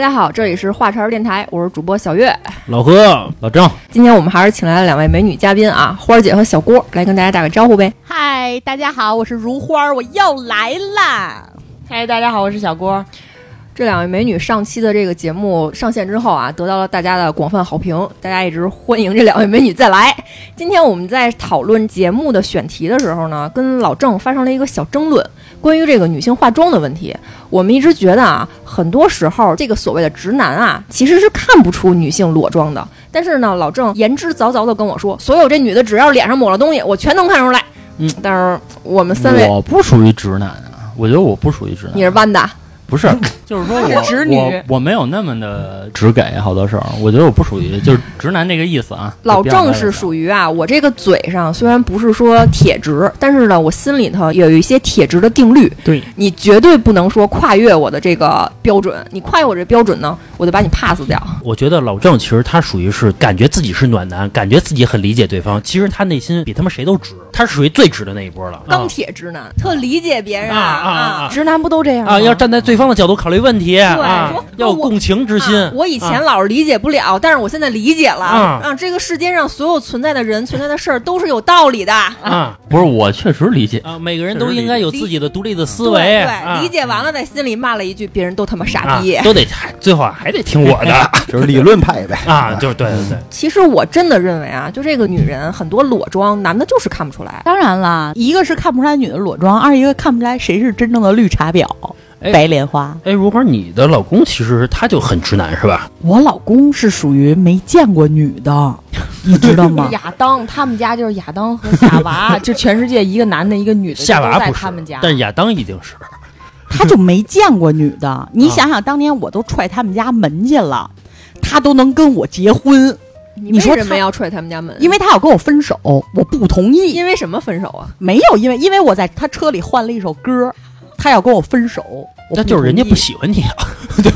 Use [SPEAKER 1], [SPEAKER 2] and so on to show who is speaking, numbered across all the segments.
[SPEAKER 1] 家好，这里是话茬儿电台，我是主播小月。
[SPEAKER 2] 老何、老郑，
[SPEAKER 1] 今天我们还是请来了两位美女嘉宾啊，花儿姐和小郭，来跟大家打个招呼呗。
[SPEAKER 3] 嗨，大家好，我是如花儿，我又来啦！
[SPEAKER 4] 嗨，哎大家好，我是小郭。
[SPEAKER 1] 这两位美女上期的这个节目上线之后啊，得到了大家的广泛好评，大家一直欢迎这两位美女再来。今天我们在讨论节目的选题的时候呢，跟老郑发生了一个小争论，关于这个女性化妆的问题。我们一直觉得啊，很多时候这个所谓的直男啊，其实是看不出女性裸妆的。但是呢，老郑言之凿凿的跟我说，所有这女的只要脸上抹了东西，我全能看出来。
[SPEAKER 2] 嗯，
[SPEAKER 1] 但是我们三位，
[SPEAKER 2] 我不属于直男啊，我觉得我不属于直男，
[SPEAKER 1] 你是弯的，
[SPEAKER 2] 不是？就是说
[SPEAKER 4] 他
[SPEAKER 2] 我
[SPEAKER 4] 是直女
[SPEAKER 2] 我我没有那么的直给，好多事儿，我觉得我不属于，就是直男这个意思啊。
[SPEAKER 1] 老郑
[SPEAKER 2] 就是
[SPEAKER 1] 属于啊，我这个嘴上虽然不是说铁直，但是呢，我心里头有一些铁直的定律。
[SPEAKER 2] 对，
[SPEAKER 1] 你绝对不能说跨越我的这个标准，你跨越我这标准呢，我就把你 pass 掉。
[SPEAKER 5] 我觉得老郑其实他属于是感觉自己是暖男，感觉自己很理解对方，其实他内心比他们谁都直，他是属于最直的那一波了。
[SPEAKER 1] 钢铁直男，特理解别人
[SPEAKER 5] 啊啊啊
[SPEAKER 4] 直男不都这样吗？
[SPEAKER 5] 啊，要站在对方的角度考虑问题，啊
[SPEAKER 1] 说，
[SPEAKER 5] 要有共情之心。
[SPEAKER 1] 啊我以前
[SPEAKER 5] 啊
[SPEAKER 1] 老是理解不了，但是我现在理解了。
[SPEAKER 5] 啊
[SPEAKER 1] 这个世界上所有存在的人、存在的事儿都是有道理的。
[SPEAKER 5] 啊
[SPEAKER 2] 不是，我确实理 解。
[SPEAKER 5] 啊，每个人都应该有自己的独立的思
[SPEAKER 1] 对
[SPEAKER 5] 维，
[SPEAKER 1] 对，
[SPEAKER 5] 啊
[SPEAKER 1] 理解完了，在心里骂了一句：“别人都他妈傻逼。
[SPEAKER 5] 啊都得还最后还得听我的
[SPEAKER 6] 就是理论派呗。
[SPEAKER 5] 啊，就是对对对，
[SPEAKER 1] 其实我真的认为啊，就这个女人很多裸妆，男的就是看不出来。
[SPEAKER 3] 当然啦，一个是看不出来女的裸妆，二一个看不出来谁是真正的绿茶婊、
[SPEAKER 5] 哎
[SPEAKER 3] 白莲花。
[SPEAKER 5] 哎，如花，你的老公其实他就很直男是吧？
[SPEAKER 3] 我老公是属于没见过女 的，你知道吗
[SPEAKER 4] 亚当，他们家就是亚当和夏娃，就全世界一个男的，一个女的，
[SPEAKER 5] 夏娃
[SPEAKER 4] 都在
[SPEAKER 5] 不
[SPEAKER 4] 他
[SPEAKER 5] 是
[SPEAKER 4] 们家，，
[SPEAKER 5] 但是亚当已经是。
[SPEAKER 3] 他就没见过女的。你想想，当年我都踹他们家门去了，他都能跟我结婚，
[SPEAKER 1] 你
[SPEAKER 3] 你说
[SPEAKER 1] 为什么
[SPEAKER 3] 他
[SPEAKER 1] 要踹他们家门？
[SPEAKER 3] 因为他要跟我分手，我不同意。
[SPEAKER 1] 因为什么分手啊？
[SPEAKER 3] 没有，因为因为我在他车里换了一首歌，他要跟我分手，我
[SPEAKER 5] 那就是人家
[SPEAKER 3] 同意
[SPEAKER 5] 不喜欢你啊，
[SPEAKER 3] 他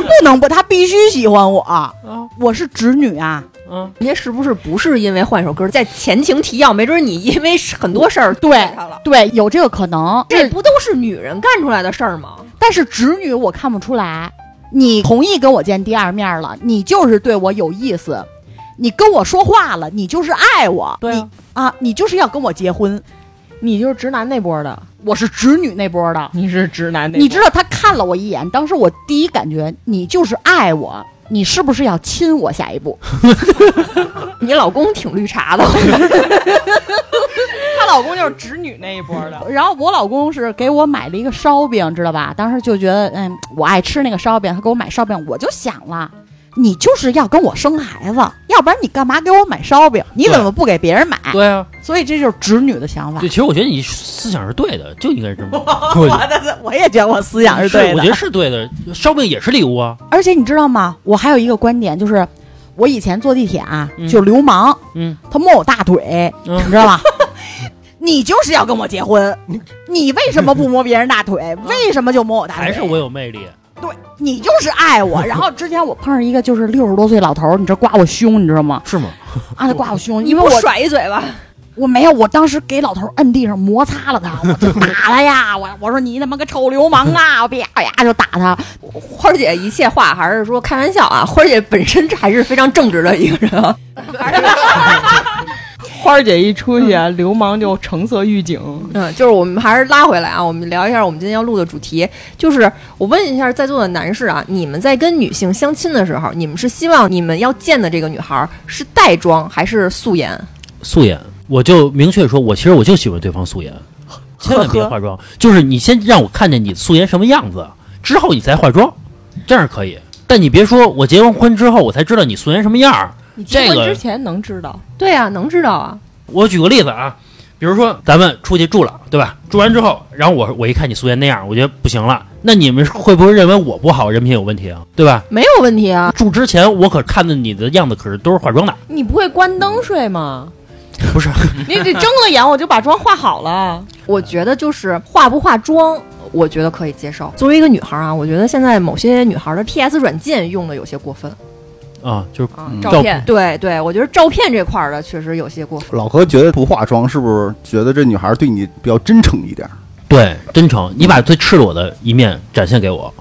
[SPEAKER 3] 不能不，他必须喜欢我。我是直女啊，
[SPEAKER 5] 嗯，
[SPEAKER 1] 人家是不是不是因为换首歌？在前情提要，没准你因为很多事儿
[SPEAKER 3] 对
[SPEAKER 1] 他了。
[SPEAKER 3] 对，有这个可能。
[SPEAKER 1] 这
[SPEAKER 3] 这
[SPEAKER 1] 不都是女人干出来的事儿吗？
[SPEAKER 3] 但是直女我看不出来，你同意跟我见第二面了，你就是对我有意思，你跟我说话了，你就是爱我，
[SPEAKER 4] 对啊
[SPEAKER 3] 你啊，你就是要跟我结婚。
[SPEAKER 4] 你就是直男那波的，
[SPEAKER 3] 我是直女那波的，
[SPEAKER 4] 你是直男
[SPEAKER 3] 你知道他看了我一眼，当时我第一感觉，你就是爱我，你是不是要亲我？下一步。
[SPEAKER 1] 你老公挺绿茶 的，
[SPEAKER 4] 她老公就是直女那一波的，
[SPEAKER 3] 然后我老公是给我买了一个烧饼，知道吧？当时就觉得，嗯，我爱吃那个烧饼，他给我买烧饼，我就想了，你就是要跟我生孩子，要不然你干嘛给我买烧饼？你怎么不给别人买？
[SPEAKER 5] 对啊，
[SPEAKER 3] 所以这就是直女的想法
[SPEAKER 5] 对，。其实我觉得你思想是对的，就应该是这么。
[SPEAKER 3] 我的，我也觉得我思想是对
[SPEAKER 5] 我
[SPEAKER 3] 的
[SPEAKER 5] 觉。得是对的。烧饼也是礼物啊，
[SPEAKER 3] 而且你知道吗？我还有一个观点就是，我以前坐地铁啊，
[SPEAKER 5] 嗯
[SPEAKER 3] 就流氓，
[SPEAKER 5] 嗯，
[SPEAKER 3] 他摸我大腿，
[SPEAKER 5] 嗯
[SPEAKER 3] 你知道 吧？你就是要跟我结婚，你为什么不摸别人大腿？为什么就摸我大腿？
[SPEAKER 5] 嗯还是我有魅力。
[SPEAKER 3] 对你就是爱我。然后之前我碰上一个就是六十多岁老头儿，你这刮我胸，你知道吗？
[SPEAKER 5] 是吗？
[SPEAKER 3] 啊，他刮我胸，
[SPEAKER 1] 你
[SPEAKER 3] 因为
[SPEAKER 1] 不
[SPEAKER 3] 我
[SPEAKER 1] 甩一嘴巴？
[SPEAKER 3] 我没有，我当时给老头儿摁地上摩擦了他，我就打他呀，我我说你他妈个臭流氓啊，我啪呀就打他。
[SPEAKER 1] 花儿姐一切话还是说开玩笑啊，花儿姐本身这还是非常正直的一个人啊。
[SPEAKER 4] 花儿姐一出去，啊，流氓就橙色预警。
[SPEAKER 1] 嗯，就是我们还是拉回来啊，我们聊一下我们今天要录的主题，就是我问一下在座的男士啊，你们在跟女性相亲的时候，你们是希望你们要见的这个女孩儿是带妆还是素颜？
[SPEAKER 5] 素颜，我就明确说，我其实我就喜欢对方素颜，千万别化妆。就是你先让我看见你素颜什么样子，之后你再化妆，这样可以。但你别说我结完婚之后我才知道你素颜什么样儿。
[SPEAKER 4] 你
[SPEAKER 5] 结婚这个之
[SPEAKER 4] 前能知道？
[SPEAKER 1] 对啊，能知道啊。
[SPEAKER 5] 我举个例子啊，比如说咱们出去住了，对吧？住完之后，然后我我一看你素颜那样，我觉得不行了。那你们会不会认为我不好，人品有问题啊？对吧？
[SPEAKER 1] 没有问题啊，
[SPEAKER 5] 住之前我可看着你的样子可是都是化妆的，
[SPEAKER 4] 你不会关灯睡吗？
[SPEAKER 5] 不是？
[SPEAKER 4] 你得睁了眼，我就把妆化好了。
[SPEAKER 1] 我觉得就是化不化妆，我觉得可以接受。作为一个女孩儿啊，我觉得现在某些女孩儿的 PS 软件用的有些过分
[SPEAKER 5] 啊，就是
[SPEAKER 1] 啊，
[SPEAKER 6] 嗯
[SPEAKER 1] 照片。对对，我觉得照片这块儿的确实有些过分。
[SPEAKER 6] 老何觉得不化妆是不是觉得这女孩对你比较真诚一点？
[SPEAKER 5] 对真诚，你把最赤裸的一面展现给我，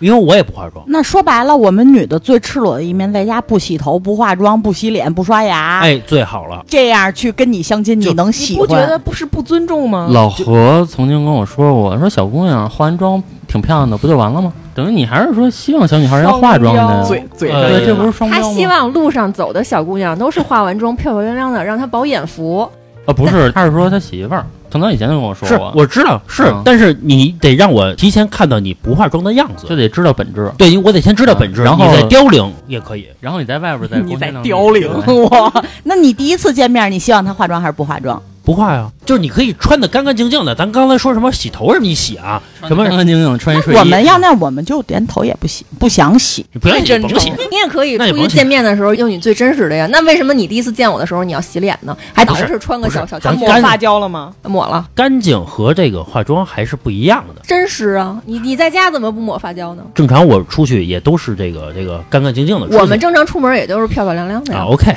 [SPEAKER 5] 因为我也不化妆。
[SPEAKER 3] 那说白了，我们女的最赤裸的一面，在家不洗头、不化妆、不洗脸、不刷牙，
[SPEAKER 5] 哎，最好了。
[SPEAKER 3] 这样去跟你相亲，
[SPEAKER 5] 就
[SPEAKER 3] 你能
[SPEAKER 4] 你
[SPEAKER 3] 喜
[SPEAKER 4] 不
[SPEAKER 3] 欢？
[SPEAKER 4] 觉得不是不尊重吗？
[SPEAKER 2] 老何曾经跟我说过，说小姑娘化完妆挺漂亮的，不就完了吗？等于你还是说希望小女孩要化妆的呀，
[SPEAKER 4] 双
[SPEAKER 6] 嘴嘴
[SPEAKER 5] 呃
[SPEAKER 2] 对，这不是双标
[SPEAKER 1] 他
[SPEAKER 2] 吗？
[SPEAKER 1] 希望路上走的小姑娘都是化完妆漂漂亮亮的，让她饱眼福。
[SPEAKER 2] 啊，不是，他是说他媳妇儿，可能以前就跟我说
[SPEAKER 5] 是
[SPEAKER 2] 过，，
[SPEAKER 5] 我知道是，
[SPEAKER 2] 嗯
[SPEAKER 5] 但是你得让我提前看到你不化妆的样
[SPEAKER 2] 就
[SPEAKER 5] 子。
[SPEAKER 2] 得知道本质，
[SPEAKER 5] 对，我得先知道本质，
[SPEAKER 2] 嗯然后
[SPEAKER 5] 你再凋零也可以。
[SPEAKER 2] 然后你在外边再
[SPEAKER 4] 你在
[SPEAKER 2] 光鲜亮丽
[SPEAKER 4] 凋零
[SPEAKER 2] 对
[SPEAKER 3] 我，那你第一次见面，你希望她化妆还是不化妆？
[SPEAKER 5] 不化呀，就是你可以穿的干干净净的。咱刚才说什么洗头什么，你洗啊，什么
[SPEAKER 2] 干干净净穿一睡衣，
[SPEAKER 3] 我们要那我们就连头也不洗，不想洗。
[SPEAKER 5] 你不要
[SPEAKER 4] 真
[SPEAKER 5] 洗，甭
[SPEAKER 4] 诚
[SPEAKER 5] 洗。
[SPEAKER 1] 你也可以
[SPEAKER 5] 那也
[SPEAKER 1] 出
[SPEAKER 5] 甭
[SPEAKER 1] 于
[SPEAKER 5] 去
[SPEAKER 1] 见面的时候用你最真实的呀。那为什么你第一次见我的时候你要洗脸呢？还导
[SPEAKER 5] 不是
[SPEAKER 1] 致穿个
[SPEAKER 5] 不是
[SPEAKER 1] 小小
[SPEAKER 5] 咱
[SPEAKER 4] 抹
[SPEAKER 5] 干
[SPEAKER 4] 发胶了吗？
[SPEAKER 1] 抹了，
[SPEAKER 5] 干净和这个化妆还是不一样的。
[SPEAKER 1] 真实啊！你你在家怎么不抹发胶呢？
[SPEAKER 5] 正常我出去也都是这个这个干干净净的出去。
[SPEAKER 1] 我们正常出门也就是漂漂亮亮的
[SPEAKER 5] 啊
[SPEAKER 1] 呀。
[SPEAKER 5] ，OK。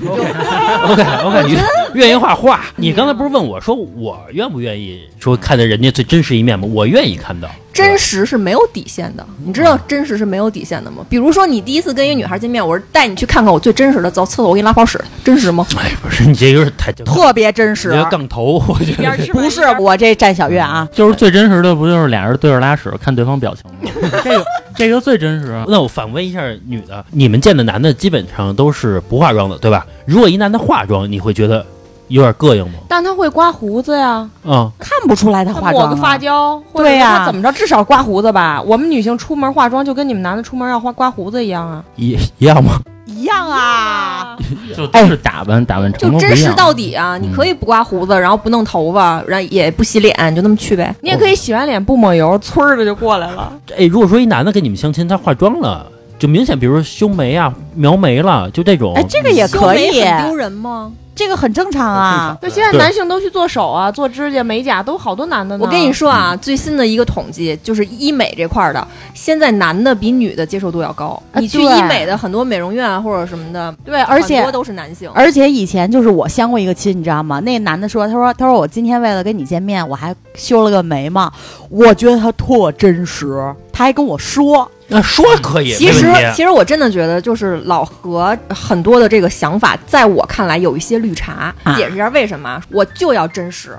[SPEAKER 5] OK OK，愿意画画。
[SPEAKER 3] 嗯
[SPEAKER 5] 你刚才不是问我说我愿不愿意说看到人家最真实一面吗？我愿意看到
[SPEAKER 1] 真实是没有底线的，你知道
[SPEAKER 5] 嗯
[SPEAKER 1] 真实是没有底线的吗？比如说你第一次跟一女孩见面，我是带你去看看我最真实的，走厕所我给你拉泡屎，真实吗？
[SPEAKER 5] 哎，不是你这有点太
[SPEAKER 3] 特啊别真实
[SPEAKER 5] 你。要杠头，我觉得
[SPEAKER 3] 不是我这占小月啊，
[SPEAKER 2] 就是最真实的，不就是俩人对着拉屎看对方表情吗？ 这个这个最真实啊，
[SPEAKER 5] 那我反问一下女的，你们见的男的基本上都是不化妆的，对吧？如果一男的化妆，你会觉得有点膈应吗？
[SPEAKER 4] 但他会刮胡子呀，
[SPEAKER 5] 啊、
[SPEAKER 3] 看不出来她
[SPEAKER 4] 他
[SPEAKER 3] 化
[SPEAKER 4] 抹
[SPEAKER 3] 妆
[SPEAKER 4] 个
[SPEAKER 3] 啊
[SPEAKER 4] 发胶，或者
[SPEAKER 3] 对
[SPEAKER 4] 是
[SPEAKER 3] 呀
[SPEAKER 4] 他怎么着，至少刮胡子吧。我们女性出门化妆就跟你们男的出门要刮刮胡子一样啊。
[SPEAKER 5] 一一样吗？
[SPEAKER 3] 一样啊。
[SPEAKER 2] 就都是打扮打扮成
[SPEAKER 1] 哎就
[SPEAKER 2] 都
[SPEAKER 1] 真
[SPEAKER 2] 不一
[SPEAKER 1] 实
[SPEAKER 2] 样。
[SPEAKER 1] 到底啊！你可以不刮胡子，然后不弄头发，然后也不洗脸，你就那么去呗。
[SPEAKER 4] 你也可以洗完脸不抹油，呲儿的就过来 了。
[SPEAKER 5] 哎，如果说一男的跟你们相亲，他化妆了，就明显，比如说修眉啊、描眉了，就这种，
[SPEAKER 3] 哎，这个也可以
[SPEAKER 1] 嗯修，眉很丢人吗？
[SPEAKER 3] 这个很正常啊。
[SPEAKER 4] 对，现在
[SPEAKER 5] 对
[SPEAKER 4] 男性都去做手啊，做指甲、美甲，都好多男的呢。
[SPEAKER 1] 我跟你说啊，最新的一个统计就是医美这块儿的，现在男的比女的接受度要高。
[SPEAKER 3] 啊
[SPEAKER 1] 你去
[SPEAKER 3] 对
[SPEAKER 1] 医美的很多美容院啊或者什么的，
[SPEAKER 4] 对，而
[SPEAKER 1] 很
[SPEAKER 4] 且
[SPEAKER 1] 多都是男性。
[SPEAKER 3] 而且以前就是我相过一个亲，你知道吗？那个男的说，他说，他说我今天为了跟你见面，我还修了个眉毛，我觉得他特真实，他还跟我说，
[SPEAKER 5] 那说可以，
[SPEAKER 1] 其实
[SPEAKER 5] 没问，题啊
[SPEAKER 1] 其实我真的觉得，就是老何很多的这个想法，在我看来有一些绿茶。
[SPEAKER 3] 啊
[SPEAKER 1] 解释一下为什么啊？我就要真实，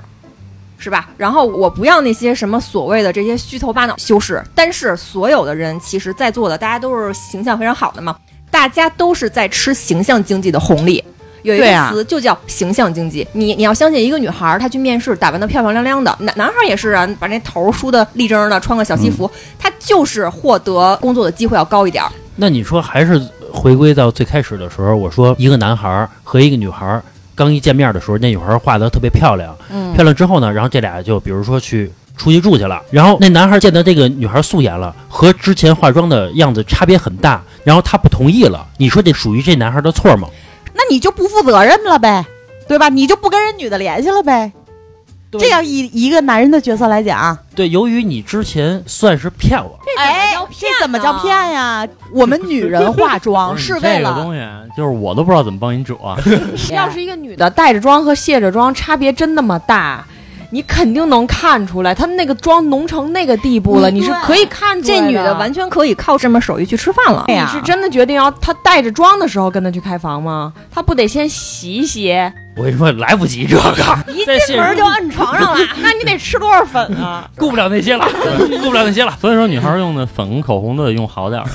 [SPEAKER 1] 是吧？然后我不要那些什么所谓的这些虚头巴脑修饰。但是所有的人，其实在座的大家都是形象非常好的嘛，大家都是在吃形象经济的红利。有一
[SPEAKER 3] 对啊
[SPEAKER 1] 个词就叫形象经济，你你要相信一个女孩儿，她去面试打扮的漂漂亮亮的，男男孩儿也是啊，把那头儿梳的立正的，穿个小西服，
[SPEAKER 3] 嗯
[SPEAKER 1] 他就是获得工作的机会要高一点儿。
[SPEAKER 5] 那你说还是回归到最开始的时候，我说一个男孩儿和一个女孩儿刚一见面的时候，那女孩儿画的特别漂亮，
[SPEAKER 4] 嗯
[SPEAKER 5] 漂亮之后呢，然后这俩就比如说去出去住去了，然后那男孩儿见到这个女孩儿素颜了，和之前化妆的样子差别很大，然后他不同意了，你说这属于这男孩儿的错吗？
[SPEAKER 3] 那你就不负责任了呗，对吧？你就不跟人女的联系了呗。
[SPEAKER 5] 对
[SPEAKER 3] 这样以一个男人的角色来讲，
[SPEAKER 5] 对，由于你之前算是骗我，
[SPEAKER 3] 哎，这
[SPEAKER 1] 啊
[SPEAKER 3] 怎么叫骗呀？我们女人化妆
[SPEAKER 2] 不
[SPEAKER 3] 是
[SPEAKER 2] 你
[SPEAKER 3] 为
[SPEAKER 2] 这个
[SPEAKER 3] 了
[SPEAKER 2] 东西，就是我都不知道怎么帮你遮、
[SPEAKER 4] 要是一个女的带着妆和卸着妆差别真那么大，你肯定能看出来，她那个妆浓成那个地步了，
[SPEAKER 3] 嗯
[SPEAKER 4] 你是
[SPEAKER 3] 对
[SPEAKER 4] 可以看出来
[SPEAKER 1] 这女的
[SPEAKER 4] 的
[SPEAKER 1] 完全可以靠这门手艺去吃饭了。
[SPEAKER 3] 这
[SPEAKER 4] 你
[SPEAKER 3] 样
[SPEAKER 4] 是真的决定要她带着妆的时候跟她去开房吗？她不得先洗一洗？
[SPEAKER 5] 我跟你说来不及这个，
[SPEAKER 1] 一
[SPEAKER 5] 在
[SPEAKER 1] 进
[SPEAKER 5] 现实
[SPEAKER 1] 门就摁床上 了，
[SPEAKER 4] 那你得吃多少粉啊？
[SPEAKER 5] 顾不了那些了，顾不了那些了。
[SPEAKER 2] 所以说女孩用的粉口红都得用 好点儿。啊